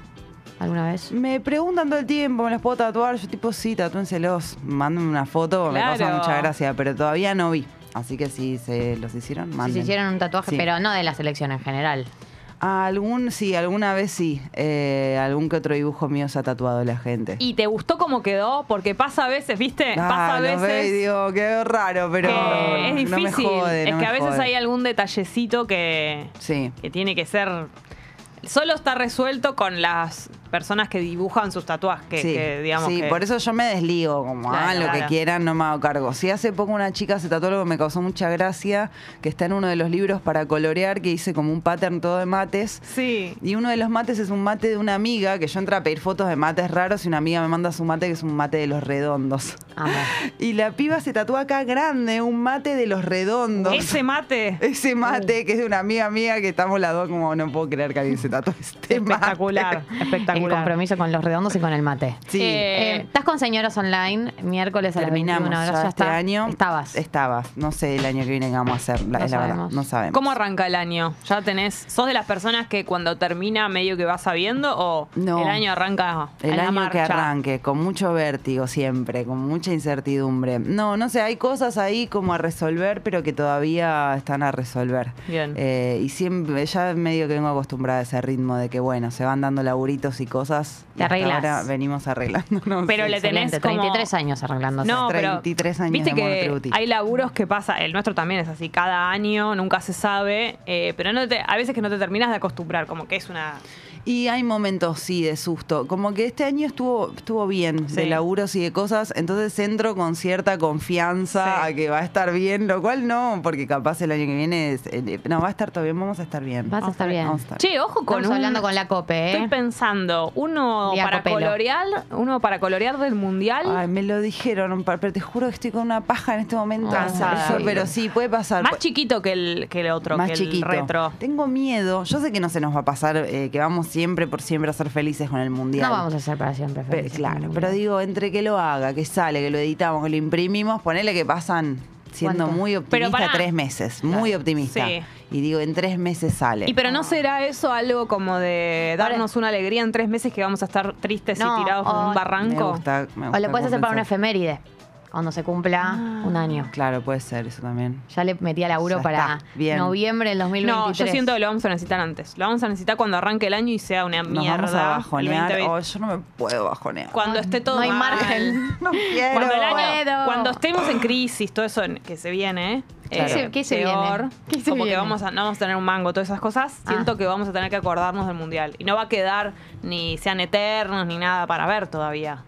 [SPEAKER 2] ¿Alguna vez?
[SPEAKER 3] Me preguntan todo el tiempo, ¿me los puedo tatuar? Yo tipo, sí, tatúenselos, mándenme una foto, me causa
[SPEAKER 1] Claro.
[SPEAKER 3] mucha gracia, pero todavía no vi. Así que si se los hicieron, manden.
[SPEAKER 2] Si se hicieron un tatuaje,
[SPEAKER 3] Sí.
[SPEAKER 2] pero no de la selección en general.
[SPEAKER 3] Algún, sí, alguna vez sí. Eh, algún que otro dibujo mío se ha tatuado la gente.
[SPEAKER 1] ¿Y te gustó cómo quedó? Porque pasa a veces, ¿viste? pasa
[SPEAKER 3] Ah,
[SPEAKER 1] a
[SPEAKER 3] los veo y
[SPEAKER 1] veces.
[SPEAKER 3] digo, quedó raro, pero
[SPEAKER 1] que es
[SPEAKER 3] no me
[SPEAKER 1] difícil.
[SPEAKER 3] jode,
[SPEAKER 1] es
[SPEAKER 3] no
[SPEAKER 1] que
[SPEAKER 3] me
[SPEAKER 1] a veces
[SPEAKER 3] jode.
[SPEAKER 1] hay algún detallecito que,
[SPEAKER 3] Sí.
[SPEAKER 1] que tiene que ser. Solo está resuelto con las personas que dibujan sus tatuajes. Que,
[SPEAKER 3] sí,
[SPEAKER 1] que, digamos
[SPEAKER 3] sí,
[SPEAKER 1] que-
[SPEAKER 3] por eso yo me desligo, como
[SPEAKER 1] Claro,
[SPEAKER 3] hagan lo
[SPEAKER 1] claro.
[SPEAKER 3] que quieran, no me hago cargo. Sí, hace poco una chica se tatuó algo que me causó mucha gracia, que está en uno de los libros para colorear, que hice como un pattern todo de mates.
[SPEAKER 1] Sí.
[SPEAKER 3] Y uno de los mates es un mate de una amiga, que yo entré a pedir fotos de mates raros y una amiga me manda su mate que es un mate de los redondos.
[SPEAKER 2] Amo.
[SPEAKER 3] Y la piba se tatúa acá grande, un mate de los redondos.
[SPEAKER 1] Ese mate.
[SPEAKER 3] [laughs] Ese mate que es de una amiga mía que estamos las dos como no puedo creer que alguien se tatuó este mate".
[SPEAKER 1] espectacular.
[SPEAKER 2] El
[SPEAKER 1] Espectacular.
[SPEAKER 2] compromiso con los redondos y con el mate.
[SPEAKER 3] [laughs] Sí.
[SPEAKER 1] Eh,
[SPEAKER 2] Eh, ¿Estás con señoras online miércoles a las
[SPEAKER 3] Terminamos
[SPEAKER 2] 21 horas?
[SPEAKER 3] ya
[SPEAKER 2] ¿Ya
[SPEAKER 3] este
[SPEAKER 2] está?
[SPEAKER 3] año.
[SPEAKER 2] Estabas.
[SPEAKER 3] Estabas. No sé el año que viene qué vamos a hacer, la,
[SPEAKER 2] No
[SPEAKER 3] es la verdad.
[SPEAKER 2] sabemos.
[SPEAKER 3] No sabemos.
[SPEAKER 1] ¿Cómo arranca el año? ¿Ya tenés? ¿Sos de las personas que cuando termina medio que vas sabiendo o
[SPEAKER 3] No.
[SPEAKER 1] el año arranca
[SPEAKER 3] El
[SPEAKER 1] a la
[SPEAKER 3] año que
[SPEAKER 1] marcha?
[SPEAKER 3] arranque, con mucho vértigo siempre, con mucha incertidumbre. No, no sé, hay cosas ahí como a resolver, pero que todavía están a resolver.
[SPEAKER 1] Bien.
[SPEAKER 3] Eh, y siempre, ya medio que vengo acostumbrada a ese ritmo de que, bueno, se van dando laburitos y cosas. y
[SPEAKER 2] Te
[SPEAKER 3] hasta
[SPEAKER 2] arreglas.
[SPEAKER 3] Ahora venimos arreglándonos.
[SPEAKER 1] Pero le tenés
[SPEAKER 2] Excelente,
[SPEAKER 1] como-
[SPEAKER 2] 33 años arreglándose.
[SPEAKER 1] No, pero
[SPEAKER 3] 33 años
[SPEAKER 1] viste
[SPEAKER 3] de
[SPEAKER 1] que
[SPEAKER 3] monotributi.
[SPEAKER 1] hay laburos que pasa, el nuestro también es así, cada año nunca se sabe, eh, pero no te- a veces que no te terminas de acostumbrar, como que es una...
[SPEAKER 3] Y hay momentos, sí, de susto. Como que este año estuvo, estuvo bien,
[SPEAKER 1] Sí.
[SPEAKER 3] de laburos y de cosas. Entonces entro con cierta confianza
[SPEAKER 1] Sí.
[SPEAKER 3] a que va a estar bien, lo cual no, porque capaz el año que viene. es- eh, no, va a estar todo bien, vamos a estar bien.
[SPEAKER 2] Vas a estar bien.
[SPEAKER 3] Vamos a estar
[SPEAKER 1] Che, ojo con
[SPEAKER 2] Estamos
[SPEAKER 1] un-
[SPEAKER 2] hablando con la COPE,
[SPEAKER 1] Estoy
[SPEAKER 2] ¿eh?
[SPEAKER 1] pensando, uno
[SPEAKER 2] Día
[SPEAKER 1] para
[SPEAKER 2] Copelo.
[SPEAKER 1] colorear, uno para colorear del mundial.
[SPEAKER 3] Ay, me lo dijeron, un par- pero te juro que estoy con una paja en este momento.
[SPEAKER 1] Cansada.
[SPEAKER 3] Eso, pero sí, puede pasar.
[SPEAKER 1] más
[SPEAKER 3] Pu-
[SPEAKER 1] chiquito que el, que el otro,
[SPEAKER 3] pues. más
[SPEAKER 1] que el
[SPEAKER 3] chiquito.
[SPEAKER 1] retro.
[SPEAKER 3] Tengo miedo. Yo sé que no se nos va a pasar, eh, que vamos siempre por siempre a ser felices con el mundial.
[SPEAKER 2] No vamos a ser para siempre.
[SPEAKER 3] Pe-
[SPEAKER 2] felices.
[SPEAKER 3] claro, pero digo, entre que lo haga, que sale, que lo editamos, que lo imprimimos, ponele que pasan siendo
[SPEAKER 2] ¿Cuánto?
[SPEAKER 3] muy optimista
[SPEAKER 1] Pero pará.
[SPEAKER 3] tres meses, muy optimista.
[SPEAKER 1] Sí.
[SPEAKER 3] y digo, en tres meses sale.
[SPEAKER 1] Y pero
[SPEAKER 2] Ah.
[SPEAKER 1] no será eso algo como de darnos una alegría en tres meses que vamos a estar tristes
[SPEAKER 2] No,
[SPEAKER 1] y tirados
[SPEAKER 2] o-
[SPEAKER 1] en
[SPEAKER 2] Me
[SPEAKER 1] un barranco.
[SPEAKER 3] Me gusta, me
[SPEAKER 2] O
[SPEAKER 3] gusta
[SPEAKER 2] lo puedes hacer para una
[SPEAKER 3] compensar.
[SPEAKER 2] efeméride, cuando se cumpla un año.
[SPEAKER 3] Claro, puede ser eso también.
[SPEAKER 2] Ya le metí a laburo
[SPEAKER 3] Ya
[SPEAKER 2] para
[SPEAKER 3] está, bien.
[SPEAKER 2] noviembre del 2023.
[SPEAKER 1] No, yo siento que lo vamos a necesitar antes. Lo vamos a necesitar cuando arranque el año y sea una
[SPEAKER 3] Nos
[SPEAKER 1] mierda.
[SPEAKER 3] vamos a bajonear.
[SPEAKER 1] el
[SPEAKER 3] Oh,
[SPEAKER 1] 2020.
[SPEAKER 3] yo no me puedo bajonear.
[SPEAKER 1] cuando esté todo
[SPEAKER 2] no hay
[SPEAKER 1] mal.
[SPEAKER 2] margen.
[SPEAKER 3] [laughs] No quiero.
[SPEAKER 1] Cuando, el año-
[SPEAKER 2] Puedo.
[SPEAKER 1] cuando estemos en crisis, todo eso en- que se viene, ¿eh?
[SPEAKER 2] Claro.
[SPEAKER 1] Eh,
[SPEAKER 2] ¿Qué se
[SPEAKER 1] peor,
[SPEAKER 2] viene? ¿Qué se
[SPEAKER 1] como que
[SPEAKER 2] viene?
[SPEAKER 1] vamos a, no vamos a tener un mango, todas esas cosas,
[SPEAKER 2] Ah.
[SPEAKER 1] siento que vamos a tener que acordarnos del mundial. Y no va a quedar ni sean eternos ni nada para ver todavía.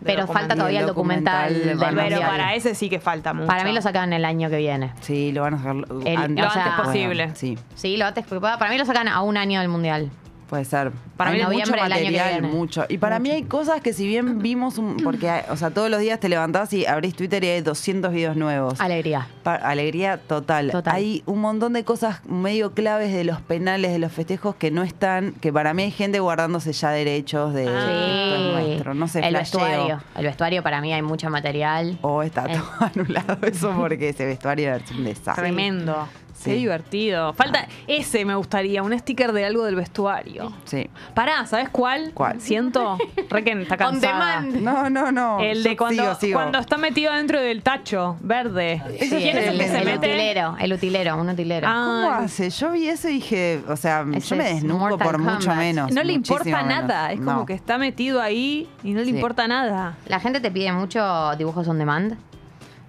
[SPEAKER 1] de
[SPEAKER 2] Pero
[SPEAKER 1] documental.
[SPEAKER 2] falta todavía el documental,
[SPEAKER 3] documental
[SPEAKER 2] del
[SPEAKER 3] del
[SPEAKER 1] Pero
[SPEAKER 2] mundial.
[SPEAKER 1] para ese sí que falta mucho.
[SPEAKER 2] Para mí lo sacan el año que viene.
[SPEAKER 3] Sí, lo van a sacar
[SPEAKER 2] El-
[SPEAKER 3] antes,
[SPEAKER 2] lo antes
[SPEAKER 3] puedan.
[SPEAKER 1] posible.
[SPEAKER 3] Sí,
[SPEAKER 2] Sí, lo antes porque para mí lo sacan a un año del mundial.
[SPEAKER 3] puede ser.
[SPEAKER 2] Para
[SPEAKER 3] Hay
[SPEAKER 2] mí en
[SPEAKER 3] mucho
[SPEAKER 2] noviembre del año que
[SPEAKER 3] material,
[SPEAKER 2] viene.
[SPEAKER 3] mucho. Y para mí hay cosas que si bien vimos un porque hay- o sea, todos los días te levantás y abrís Twitter y hay 200 videos nuevos.
[SPEAKER 2] Alegría.
[SPEAKER 3] Pa- Alegría total.
[SPEAKER 2] Total.
[SPEAKER 3] Hay un montón de cosas medio claves de los penales, de los festejos que no están, que para mí hay gente guardándose ya derechos de
[SPEAKER 1] Ah.
[SPEAKER 3] esto es nuestro. No sé,
[SPEAKER 2] el
[SPEAKER 3] flasheo.
[SPEAKER 2] vestuario. El vestuario para mí hay mucho material.
[SPEAKER 3] O está
[SPEAKER 2] Eh.
[SPEAKER 3] todo [laughs] anulado eso porque ese vestuario es un desastre.
[SPEAKER 1] Tremendo.
[SPEAKER 3] Sí.
[SPEAKER 1] Qué divertido. Falta ese me gustaría, un sticker de algo del vestuario.
[SPEAKER 3] Sí.
[SPEAKER 1] Pará, ¿sabes cuál?
[SPEAKER 3] ¿Cuál?
[SPEAKER 1] Siento Requen
[SPEAKER 3] [laughs]
[SPEAKER 1] está cansada.
[SPEAKER 2] demand.
[SPEAKER 3] No, no, no.
[SPEAKER 1] El
[SPEAKER 3] Yo
[SPEAKER 1] de cuando,
[SPEAKER 3] sigo, sigo.
[SPEAKER 1] cuando está metido dentro del tacho verde.
[SPEAKER 3] Ese
[SPEAKER 2] Sí,
[SPEAKER 1] ¿Quién es el que se
[SPEAKER 2] el
[SPEAKER 1] mete?
[SPEAKER 2] utilero, el utilero, un utilero.
[SPEAKER 1] Ah,
[SPEAKER 3] ¿Cómo
[SPEAKER 1] Ay.
[SPEAKER 3] hace? Yo vi eso y dije, o sea,
[SPEAKER 2] Ese
[SPEAKER 3] yo me
[SPEAKER 2] es
[SPEAKER 3] desnudo
[SPEAKER 2] Mortal
[SPEAKER 3] por mucho
[SPEAKER 2] Kombat.
[SPEAKER 3] menos.
[SPEAKER 1] No le
[SPEAKER 3] muchísimo
[SPEAKER 1] importa
[SPEAKER 3] menos.
[SPEAKER 1] nada. Es como
[SPEAKER 3] No.
[SPEAKER 1] que está metido ahí y no le
[SPEAKER 3] Sí.
[SPEAKER 1] importa nada.
[SPEAKER 2] La gente te pide mucho dibujos on demand.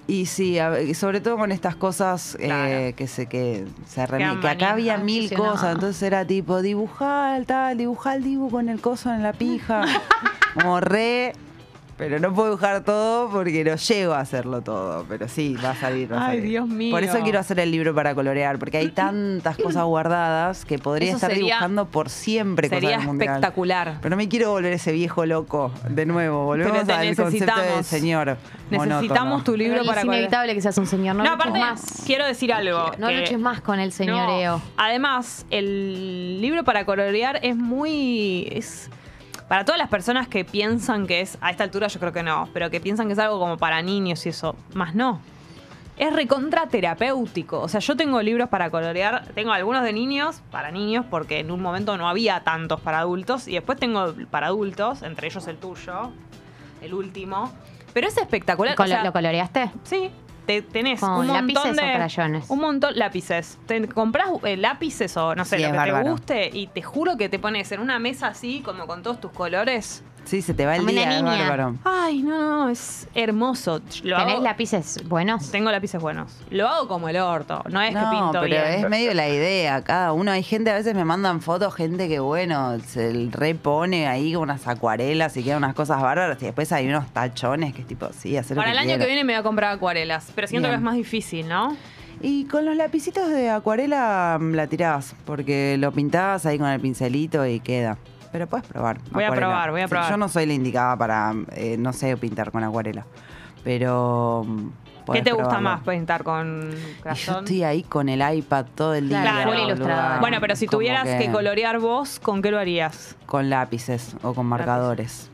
[SPEAKER 3] Y sí, a ver, y sobre todo con estas cosas eh,
[SPEAKER 1] Claro.
[SPEAKER 3] que se que se remi-
[SPEAKER 1] Quedan
[SPEAKER 3] que acá
[SPEAKER 1] manijas,
[SPEAKER 3] había mil
[SPEAKER 2] sí,
[SPEAKER 3] cosas,
[SPEAKER 2] no.
[SPEAKER 3] entonces era tipo dibujar tal, dibujar el dibujo con el coso en
[SPEAKER 1] [laughs]
[SPEAKER 3] la pija. Morré, pero no puedo dibujar todo porque no llego a hacerlo todo, pero sí, va a salir, va a
[SPEAKER 1] Ay,
[SPEAKER 3] salir.
[SPEAKER 1] Dios mío.
[SPEAKER 3] Por eso quiero hacer el libro para colorear, porque
[SPEAKER 1] [laughs]
[SPEAKER 3] hay tantas cosas guardadas que podría
[SPEAKER 1] Eso
[SPEAKER 3] estar
[SPEAKER 1] sería-
[SPEAKER 3] dibujando por siempre cosas
[SPEAKER 1] Sería
[SPEAKER 3] del mundial.
[SPEAKER 1] espectacular.
[SPEAKER 3] Pero no me quiero volver ese viejo loco de nuevo. Volvemos
[SPEAKER 1] te
[SPEAKER 3] al concepto del
[SPEAKER 1] necesitamos.
[SPEAKER 3] señor. monótono.
[SPEAKER 1] Necesitamos tu libro
[SPEAKER 2] Pero
[SPEAKER 1] para
[SPEAKER 2] es
[SPEAKER 1] cuadrar.
[SPEAKER 2] inevitable que seas un señor. No,
[SPEAKER 1] No,
[SPEAKER 2] luches
[SPEAKER 1] aparte,
[SPEAKER 2] más.
[SPEAKER 1] quiero decir algo.
[SPEAKER 2] No
[SPEAKER 1] que-
[SPEAKER 2] luches más con el señoreo.
[SPEAKER 1] No. Además, el libro para colorear es muy. es- para todas las personas que piensan que es. A esta altura yo creo que no, pero que piensan que es algo como para niños y eso. Más no. Es recontra terapéutico. O sea, yo tengo libros para colorear. Tengo algunos de niños, para niños, porque en un momento no había tantos para adultos. Y después tengo para adultos, entre ellos el tuyo, el último. Pero es espectacular.
[SPEAKER 2] ¿Colo-
[SPEAKER 1] o sea,
[SPEAKER 2] ¿Lo coloreaste?
[SPEAKER 1] Sí. Te, tenés
[SPEAKER 2] Con
[SPEAKER 1] un montón
[SPEAKER 2] lápices
[SPEAKER 1] de
[SPEAKER 2] o crayones.
[SPEAKER 1] un montón lápices. Te compras lápices o no sé,
[SPEAKER 3] Sí,
[SPEAKER 1] lo
[SPEAKER 3] es
[SPEAKER 1] que te
[SPEAKER 3] bárbaro.
[SPEAKER 1] guste y te juro que te pones en una mesa así como con todos tus colores.
[SPEAKER 3] Sí, se te va el
[SPEAKER 2] Como una
[SPEAKER 3] día, es
[SPEAKER 2] niña.
[SPEAKER 3] bárbaro.
[SPEAKER 1] Ay, no, no, es hermoso. Lo
[SPEAKER 2] ¿Tenés
[SPEAKER 1] hago-
[SPEAKER 2] lápices buenos?
[SPEAKER 1] Tengo lápices buenos. Lo hago como el orto, no es
[SPEAKER 3] No,
[SPEAKER 1] que pinto
[SPEAKER 3] pero
[SPEAKER 1] bien.
[SPEAKER 3] es medio la idea. Cada uno, hay gente, a veces me mandan fotos, gente que, bueno, se repone ahí con unas acuarelas y quedan unas cosas bárbaras. Y después hay unos tachones que es tipo, sí, hacer lo
[SPEAKER 1] Para el año
[SPEAKER 3] quiero.
[SPEAKER 1] que viene me voy a comprar acuarelas, pero siento
[SPEAKER 3] Bien.
[SPEAKER 1] que es más difícil, ¿no?
[SPEAKER 3] Y con los lapicitos de acuarela mm, la tirás, porque lo pintás ahí con el pincelito y queda. Pero puedes probar.
[SPEAKER 1] Voy a probar, voy a
[SPEAKER 3] Sí,
[SPEAKER 1] probar.
[SPEAKER 3] Yo no soy la indicada para, eh, no sé, pintar con acuarela. Pero. mm,
[SPEAKER 1] ¿Qué
[SPEAKER 3] podés
[SPEAKER 1] te gusta
[SPEAKER 3] probarlo.
[SPEAKER 1] más pintar con
[SPEAKER 3] Y Yo
[SPEAKER 1] crayón?
[SPEAKER 3] estoy ahí con el iPad todo el día.
[SPEAKER 1] Claro. Full
[SPEAKER 3] boluda.
[SPEAKER 2] ilustradora.
[SPEAKER 1] Bueno, pero si
[SPEAKER 3] Como
[SPEAKER 1] tuvieras que... colorear vos, ¿con qué lo harías?
[SPEAKER 3] Con lápices o con marcadores.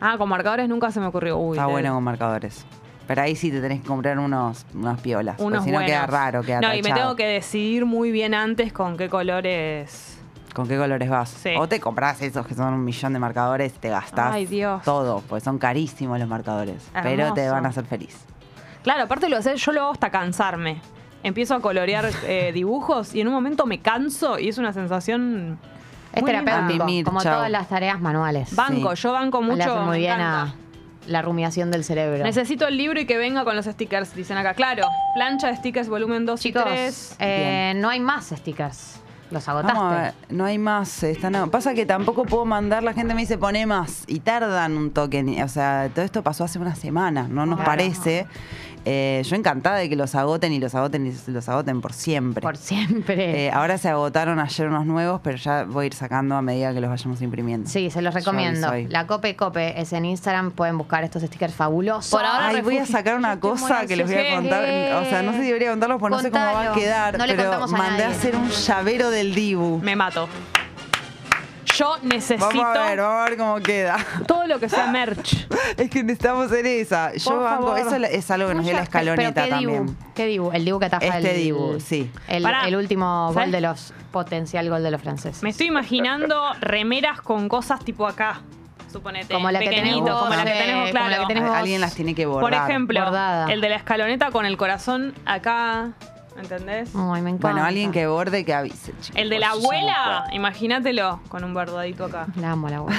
[SPEAKER 1] Ah, con marcadores nunca se me ocurrió. Uy,
[SPEAKER 3] Está
[SPEAKER 1] te-
[SPEAKER 3] bueno con marcadores. Pero ahí sí te tenés que comprar unos, unos piolas. porque
[SPEAKER 1] unos
[SPEAKER 3] Pues si no queda
[SPEAKER 1] buenos.
[SPEAKER 3] raro, queda
[SPEAKER 1] No, y me
[SPEAKER 3] tachado.
[SPEAKER 1] tengo que decidir muy bien antes con qué colores.
[SPEAKER 3] ¿Con qué colores vas?
[SPEAKER 1] Sí.
[SPEAKER 3] O te compras esos que son un millón de marcadores, te gastás
[SPEAKER 1] Ay, Dios.
[SPEAKER 3] todo, porque son carísimos los marcadores. Pero te
[SPEAKER 1] Hermoso.
[SPEAKER 3] van a hacer feliz.
[SPEAKER 1] Claro, aparte lo hacer, yo lo hago hasta cansarme. Empiezo a
[SPEAKER 3] [laughs]
[SPEAKER 1] colorear eh, dibujos y en un momento me canso y es una sensación.
[SPEAKER 2] Es
[SPEAKER 1] muy
[SPEAKER 2] terapéutico,
[SPEAKER 1] linda.
[SPEAKER 3] A mimir,
[SPEAKER 2] como
[SPEAKER 3] Ah, chao.
[SPEAKER 2] todas las tareas manuales.
[SPEAKER 1] Banco,
[SPEAKER 3] Sí.
[SPEAKER 1] yo banco
[SPEAKER 2] Le
[SPEAKER 1] mucho.
[SPEAKER 2] hace muy
[SPEAKER 1] me
[SPEAKER 2] bien
[SPEAKER 1] encanta.
[SPEAKER 3] ah.
[SPEAKER 2] a la rumiación del cerebro.
[SPEAKER 1] Necesito el libro y que venga con los stickers, dicen acá. Claro, plancha de stickers volumen 2 y
[SPEAKER 2] Chicos,
[SPEAKER 1] 3.
[SPEAKER 2] eh, no hay más stickers. Los agotaste.
[SPEAKER 3] Vamos a ver, no hay más. eh, Están a- Pasa que tampoco puedo mandar, la gente me dice pone más y tardan un toque. ni- O sea, todo esto pasó hace una semana, no nos
[SPEAKER 2] Claro.
[SPEAKER 3] parece. Eh, yo encantada de que los agoten y los agoten y los agoten por siempre.
[SPEAKER 2] Por siempre.
[SPEAKER 3] Eh, ahora se agotaron ayer unos nuevos, pero ya voy a ir sacando a medida que los vayamos imprimiendo.
[SPEAKER 2] sí, se los
[SPEAKER 3] Yo
[SPEAKER 2] recomiendo.
[SPEAKER 3] soy-
[SPEAKER 2] La Cope Cope es en Instagram. Pueden buscar estos stickers fabulosos.
[SPEAKER 1] Por ahora
[SPEAKER 3] Ay, voy a
[SPEAKER 1] refugio.
[SPEAKER 3] sacar
[SPEAKER 1] Yo
[SPEAKER 3] una
[SPEAKER 1] estoy muy
[SPEAKER 3] cosa que les voy
[SPEAKER 1] ansiosa.
[SPEAKER 3] a contar. O sea, no sé si debería contarlos porque no sé cómo va
[SPEAKER 2] Contalo.
[SPEAKER 3] a quedar.
[SPEAKER 2] No le
[SPEAKER 3] pero
[SPEAKER 2] contamos a
[SPEAKER 3] mandé a
[SPEAKER 2] nadie.
[SPEAKER 3] hacer un llavero del Dibu.
[SPEAKER 1] Me mato. Yo necesito
[SPEAKER 3] Vamos a ver, vamos a ver cómo queda.
[SPEAKER 1] todo lo que sea merch.
[SPEAKER 3] [laughs] Es que necesitamos en esa. Yo
[SPEAKER 1] Por
[SPEAKER 3] banco,
[SPEAKER 1] favor.
[SPEAKER 3] eso la- es algo que nos dio la escaloneta
[SPEAKER 2] Pero, ¿qué Dibu?
[SPEAKER 3] también.
[SPEAKER 2] ¿Qué Dibu? El Dibu que ataja
[SPEAKER 3] Este
[SPEAKER 2] el,
[SPEAKER 3] Dibu, sí.
[SPEAKER 2] El,
[SPEAKER 1] Pará.
[SPEAKER 2] el último
[SPEAKER 1] ¿Sabes?
[SPEAKER 2] gol de los. Potencial gol de los franceses.
[SPEAKER 1] Me estoy imaginando remeras con cosas tipo acá. Suponete.
[SPEAKER 2] Como la que tenés
[SPEAKER 1] pequeñito,
[SPEAKER 2] vos,
[SPEAKER 1] como la que
[SPEAKER 2] eh,
[SPEAKER 1] tenemos,
[SPEAKER 2] como la
[SPEAKER 1] claro.
[SPEAKER 2] que tenés vos.
[SPEAKER 3] Alguien las tiene que
[SPEAKER 1] Por
[SPEAKER 3] borrar.
[SPEAKER 1] ejemplo,
[SPEAKER 2] Bordada.
[SPEAKER 1] el de la escaloneta con el corazón acá. ¿Entendés?
[SPEAKER 2] Ay, me encanta.
[SPEAKER 3] Bueno, alguien que borde que avise, chicos.
[SPEAKER 1] El de la
[SPEAKER 5] Yo soy
[SPEAKER 1] abuela, imagínatelo con un bordadito
[SPEAKER 2] [laughs]
[SPEAKER 1] acá.
[SPEAKER 2] La amo, la abuela.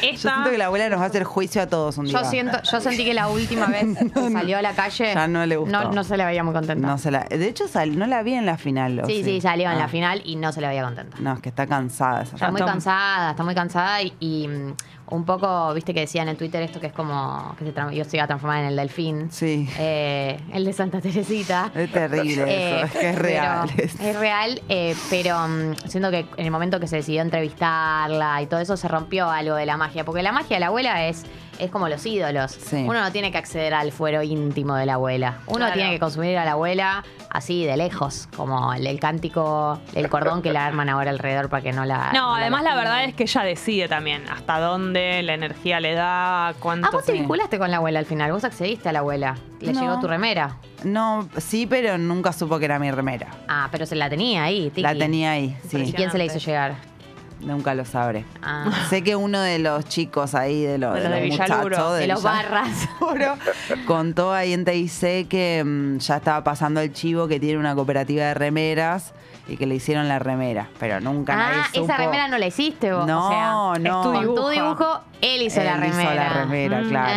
[SPEAKER 1] Esta,
[SPEAKER 3] Yo siento que la abuela nos va a hacer juicio a todos un día.
[SPEAKER 2] Yo, siento, yo sentí que la última
[SPEAKER 3] [laughs]
[SPEAKER 2] vez que salió a la calle.
[SPEAKER 3] Ya no le gustó.
[SPEAKER 2] No, no se le veía muy contenta.
[SPEAKER 3] No se la, de hecho, sal- no la vi en la final. ¿o
[SPEAKER 2] sí, sí, salió en
[SPEAKER 3] Ah.
[SPEAKER 2] la final y no se le veía contenta.
[SPEAKER 3] No, es que está cansada esa
[SPEAKER 2] Está muy
[SPEAKER 3] Tom-
[SPEAKER 2] cansada, está muy cansada y, y, mm, un poco, viste que decían en Twitter esto que es como que se tra- yo se iba a transformar en el delfín.
[SPEAKER 3] Sí.
[SPEAKER 2] Eh, el de Santa
[SPEAKER 3] [laughs]
[SPEAKER 2] Teresita.
[SPEAKER 3] Es terrible
[SPEAKER 2] Eh,
[SPEAKER 3] eso, es que es
[SPEAKER 2] pero-
[SPEAKER 3] real.
[SPEAKER 2] Es real, eh, pero mm, siento que en el momento que se decidió entrevistarla y todo eso se rompió algo de la magia, porque la magia de la abuela es, es como los ídolos.
[SPEAKER 3] Sí.
[SPEAKER 2] Uno no tiene que acceder al fuero íntimo de la abuela. Uno
[SPEAKER 1] Claro.
[SPEAKER 2] tiene que consumir a la abuela así de lejos, como el, el cántico, el cordón que la arman ahora alrededor para que no la...
[SPEAKER 1] No, además la
[SPEAKER 2] lastimen.
[SPEAKER 1] verdad es que ella decide también hasta dónde la energía le da, cuánto.
[SPEAKER 2] Ah, vos te
[SPEAKER 1] se-
[SPEAKER 2] vinculaste con la abuela al final, vos accediste a la abuela, le
[SPEAKER 3] No.
[SPEAKER 2] llegó tu remera.
[SPEAKER 3] No, sí, pero nunca supo que era mi remera.
[SPEAKER 2] Ah, pero se la tenía ahí, Tiki.
[SPEAKER 3] La tenía ahí,
[SPEAKER 2] ¿Y
[SPEAKER 3] sí.
[SPEAKER 2] quién se la hizo llegar?
[SPEAKER 3] Nunca lo sabré.
[SPEAKER 2] Ah.
[SPEAKER 3] [laughs] Sé que uno de los chicos ahí, de los,
[SPEAKER 1] De
[SPEAKER 3] de
[SPEAKER 1] los de
[SPEAKER 3] los
[SPEAKER 1] Villaluro,
[SPEAKER 3] muchachos,
[SPEAKER 2] de los
[SPEAKER 3] Villa-
[SPEAKER 2] barras.
[SPEAKER 3] Oro, contó ahí en TIC que mm, ya estaba pasando el chivo que tiene una cooperativa de remeras y que le hicieron la remera, pero nunca nadie
[SPEAKER 2] Ah,
[SPEAKER 3] supo.
[SPEAKER 2] esa remera no la hiciste vos.
[SPEAKER 3] No,
[SPEAKER 2] o sea,
[SPEAKER 3] no.
[SPEAKER 1] es tu
[SPEAKER 2] Con tu
[SPEAKER 1] dibujo.
[SPEAKER 2] dibujo, él hizo la
[SPEAKER 3] Él
[SPEAKER 2] remera.
[SPEAKER 3] hizo la remera,
[SPEAKER 1] Mm.
[SPEAKER 3] claro.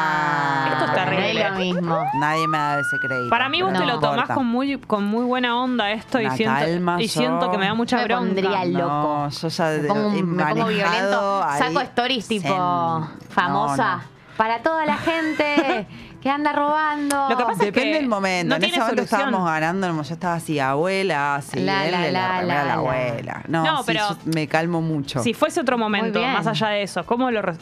[SPEAKER 1] Qué bronca. Esto es terrible.
[SPEAKER 2] No es lo mismo.
[SPEAKER 3] Nadie me ha dado ese crédito.
[SPEAKER 1] Para mí vos
[SPEAKER 3] pero
[SPEAKER 1] te
[SPEAKER 3] no
[SPEAKER 1] lo tomás
[SPEAKER 3] importa.
[SPEAKER 1] con muy, con muy buena onda esto y
[SPEAKER 3] Una
[SPEAKER 1] siento,
[SPEAKER 3] calma,
[SPEAKER 1] y
[SPEAKER 3] yo-
[SPEAKER 1] siento que me da mucha
[SPEAKER 2] Yo me
[SPEAKER 1] bronca.
[SPEAKER 2] pondría al
[SPEAKER 3] No,
[SPEAKER 2] loco.
[SPEAKER 3] yo ya
[SPEAKER 2] Me
[SPEAKER 3] de-
[SPEAKER 2] pongo,
[SPEAKER 3] he
[SPEAKER 2] un- me pongo
[SPEAKER 3] manejado
[SPEAKER 2] violento.
[SPEAKER 3] ahí
[SPEAKER 2] Saco stories tipo
[SPEAKER 3] zen.
[SPEAKER 2] famosa.
[SPEAKER 3] No, no.
[SPEAKER 2] Para toda la
[SPEAKER 3] [laughs]
[SPEAKER 2] gente que anda robando.
[SPEAKER 1] Lo que pasa es
[SPEAKER 3] Depende
[SPEAKER 1] que
[SPEAKER 3] del momento.
[SPEAKER 1] no
[SPEAKER 3] en
[SPEAKER 1] tiene
[SPEAKER 3] ese momento
[SPEAKER 1] solución.
[SPEAKER 3] estábamos ganando. Yo estaba así, abuela, así,
[SPEAKER 2] La,
[SPEAKER 3] él
[SPEAKER 2] la,
[SPEAKER 3] de la,
[SPEAKER 2] la,
[SPEAKER 3] remera
[SPEAKER 2] la,
[SPEAKER 3] a la
[SPEAKER 2] la.
[SPEAKER 3] abuela. No,
[SPEAKER 1] No,
[SPEAKER 3] sí,
[SPEAKER 1] pero-
[SPEAKER 3] yo me calmo mucho.
[SPEAKER 1] Si fuese otro momento,
[SPEAKER 2] bien.
[SPEAKER 1] más allá de eso, ¿cómo lo res-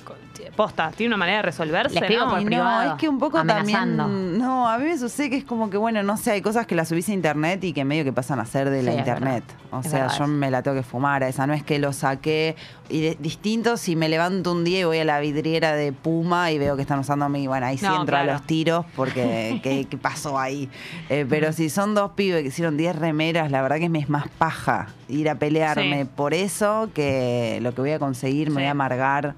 [SPEAKER 1] posta? ¿Tiene una manera de resolverse?
[SPEAKER 2] Le escribo
[SPEAKER 1] ¿no?
[SPEAKER 2] por
[SPEAKER 3] Y
[SPEAKER 2] privado,
[SPEAKER 3] no, es que un poco
[SPEAKER 2] amenazando.
[SPEAKER 3] también. mm, No, a mí me sucede que es como que, bueno, no sé, hay cosas que las subís a internet y que medio que pasan a ser de la
[SPEAKER 2] Sí, es
[SPEAKER 3] internet.
[SPEAKER 2] verdad.
[SPEAKER 3] O
[SPEAKER 2] Es
[SPEAKER 3] sea,
[SPEAKER 2] verdad
[SPEAKER 3] yo
[SPEAKER 2] eso.
[SPEAKER 3] me la tengo que fumar a esa. No es que lo saqué. Y de- distinto si me levanto un día y voy a la vidriera de Puma y veo que están usando mi. Bueno, ahí sí
[SPEAKER 1] No,
[SPEAKER 3] entro a
[SPEAKER 1] claro.
[SPEAKER 3] los tiros
[SPEAKER 2] [laughs]
[SPEAKER 3] porque ¿qué, qué pasó ahí? Eh, pero si son dos pibes que hicieron 10 remeras, la verdad que me es más paja ir a pelearme
[SPEAKER 1] Sí.
[SPEAKER 3] por eso que lo que voy a conseguir me
[SPEAKER 1] Sí.
[SPEAKER 3] voy a amargar.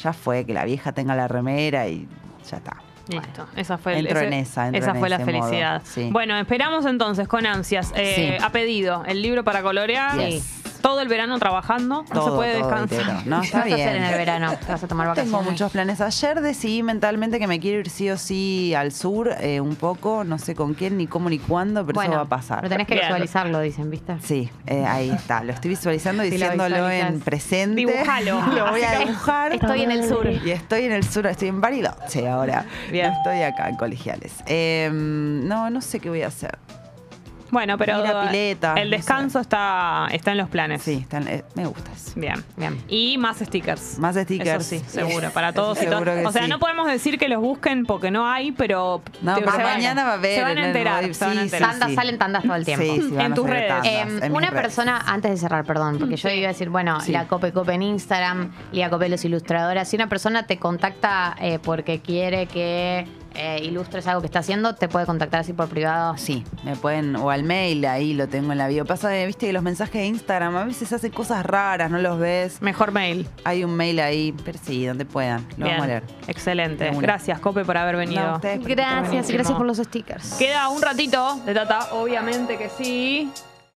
[SPEAKER 3] Ya fue, que la vieja tenga la remera y ya está.
[SPEAKER 1] Listo, esa fue, el-
[SPEAKER 3] Entro en esa, entro en
[SPEAKER 1] fue la
[SPEAKER 3] ese modo,
[SPEAKER 1] felicidad.
[SPEAKER 3] sí.
[SPEAKER 1] Bueno, esperamos entonces con ansias. Eh,
[SPEAKER 3] Sí.
[SPEAKER 1] Ha pedido el libro para colorear.
[SPEAKER 3] Yes.
[SPEAKER 1] Todo el verano trabajando, no se
[SPEAKER 3] Todo,
[SPEAKER 1] puede
[SPEAKER 3] todo
[SPEAKER 1] descansar.
[SPEAKER 3] entero.
[SPEAKER 2] [laughs]
[SPEAKER 3] No,
[SPEAKER 2] ¿Qué
[SPEAKER 3] está
[SPEAKER 2] vas a hacer en el
[SPEAKER 3] bien.
[SPEAKER 2] verano? ¿Te vas a tomar vacaciones?
[SPEAKER 3] Tengo muchos planes. Ayer decidí mentalmente que me quiero ir sí o sí al sur eh, un poco, no sé con quién, ni cómo, ni cuándo, pero
[SPEAKER 2] bueno,
[SPEAKER 3] eso va a pasar.
[SPEAKER 2] Pero tenés que
[SPEAKER 1] Bien.
[SPEAKER 2] visualizarlo, dicen, ¿viste?
[SPEAKER 3] Sí, eh, ahí está. Lo estoy
[SPEAKER 2] [laughs]
[SPEAKER 3] visualizando
[SPEAKER 2] Si lo
[SPEAKER 3] diciéndolo en
[SPEAKER 2] visualizas.
[SPEAKER 3] presente.
[SPEAKER 1] Dibújalo.
[SPEAKER 3] [laughs] Lo voy a
[SPEAKER 1] Así que
[SPEAKER 3] dibujar.
[SPEAKER 2] Estoy en el sur.
[SPEAKER 3] Y estoy en el sur, estoy en Bariloche ahora.
[SPEAKER 1] Bien.
[SPEAKER 3] No estoy acá en Colegiales. Em, no, no sé qué voy a hacer.
[SPEAKER 1] [laughs] Bueno, pero
[SPEAKER 3] Ir a pileta,
[SPEAKER 1] el
[SPEAKER 3] no
[SPEAKER 1] descanso
[SPEAKER 3] sé.
[SPEAKER 1] está, está en los planes.
[SPEAKER 3] Sí, están- eh, me gusta eso.
[SPEAKER 1] Bien.
[SPEAKER 2] Bien.
[SPEAKER 1] Y más stickers.
[SPEAKER 3] Más stickers.
[SPEAKER 1] Eso sí,
[SPEAKER 3] Yes.
[SPEAKER 1] seguro, para
[SPEAKER 3] Eso
[SPEAKER 1] todos y
[SPEAKER 3] seguro
[SPEAKER 1] todas.
[SPEAKER 3] que
[SPEAKER 1] O sea,
[SPEAKER 3] sí.
[SPEAKER 1] no podemos decir que los busquen porque no hay, pero.
[SPEAKER 3] No,
[SPEAKER 1] te-
[SPEAKER 3] pero
[SPEAKER 1] se van-
[SPEAKER 3] mañana va a haber
[SPEAKER 1] Se van a
[SPEAKER 3] en el
[SPEAKER 1] enterar.
[SPEAKER 3] Moib,
[SPEAKER 1] se van a
[SPEAKER 3] sí,
[SPEAKER 1] enterar.
[SPEAKER 2] Tandas,
[SPEAKER 3] sí.
[SPEAKER 2] salen tandas todo el tiempo.
[SPEAKER 3] Sí, sí, van
[SPEAKER 1] En
[SPEAKER 3] a
[SPEAKER 1] tus
[SPEAKER 3] hacer
[SPEAKER 1] redes.
[SPEAKER 3] tandas,
[SPEAKER 2] Em,
[SPEAKER 3] en mis
[SPEAKER 2] una
[SPEAKER 3] redes.
[SPEAKER 2] persona, antes de cerrar, perdón, porque yo iba a decir, bueno,
[SPEAKER 3] Sí.
[SPEAKER 2] la Cope Cope en Instagram, Lía Cope los ilustradora, si una persona te contacta eh, porque quiere que eh, ilustres algo que está haciendo, te puede contactar así por privado.
[SPEAKER 3] Sí, me pueden, o al mail, ahí lo tengo en la bio. Pasa, eh, viste, que los mensajes de Instagram a veces hacen cosas raras, no los ves.
[SPEAKER 1] Mejor mail.
[SPEAKER 3] Hay un mail ahí, pero sí, donde puedan, lo
[SPEAKER 1] Bien.
[SPEAKER 3] vamos a leer.
[SPEAKER 1] Excelente.
[SPEAKER 3] De una.
[SPEAKER 1] Gracias, Cope, por haber venido.
[SPEAKER 3] No, ustedes, por
[SPEAKER 2] Gracias,
[SPEAKER 1] Buenísimo.
[SPEAKER 2] gracias por los stickers.
[SPEAKER 1] Queda un ratito de Tata, obviamente que sí.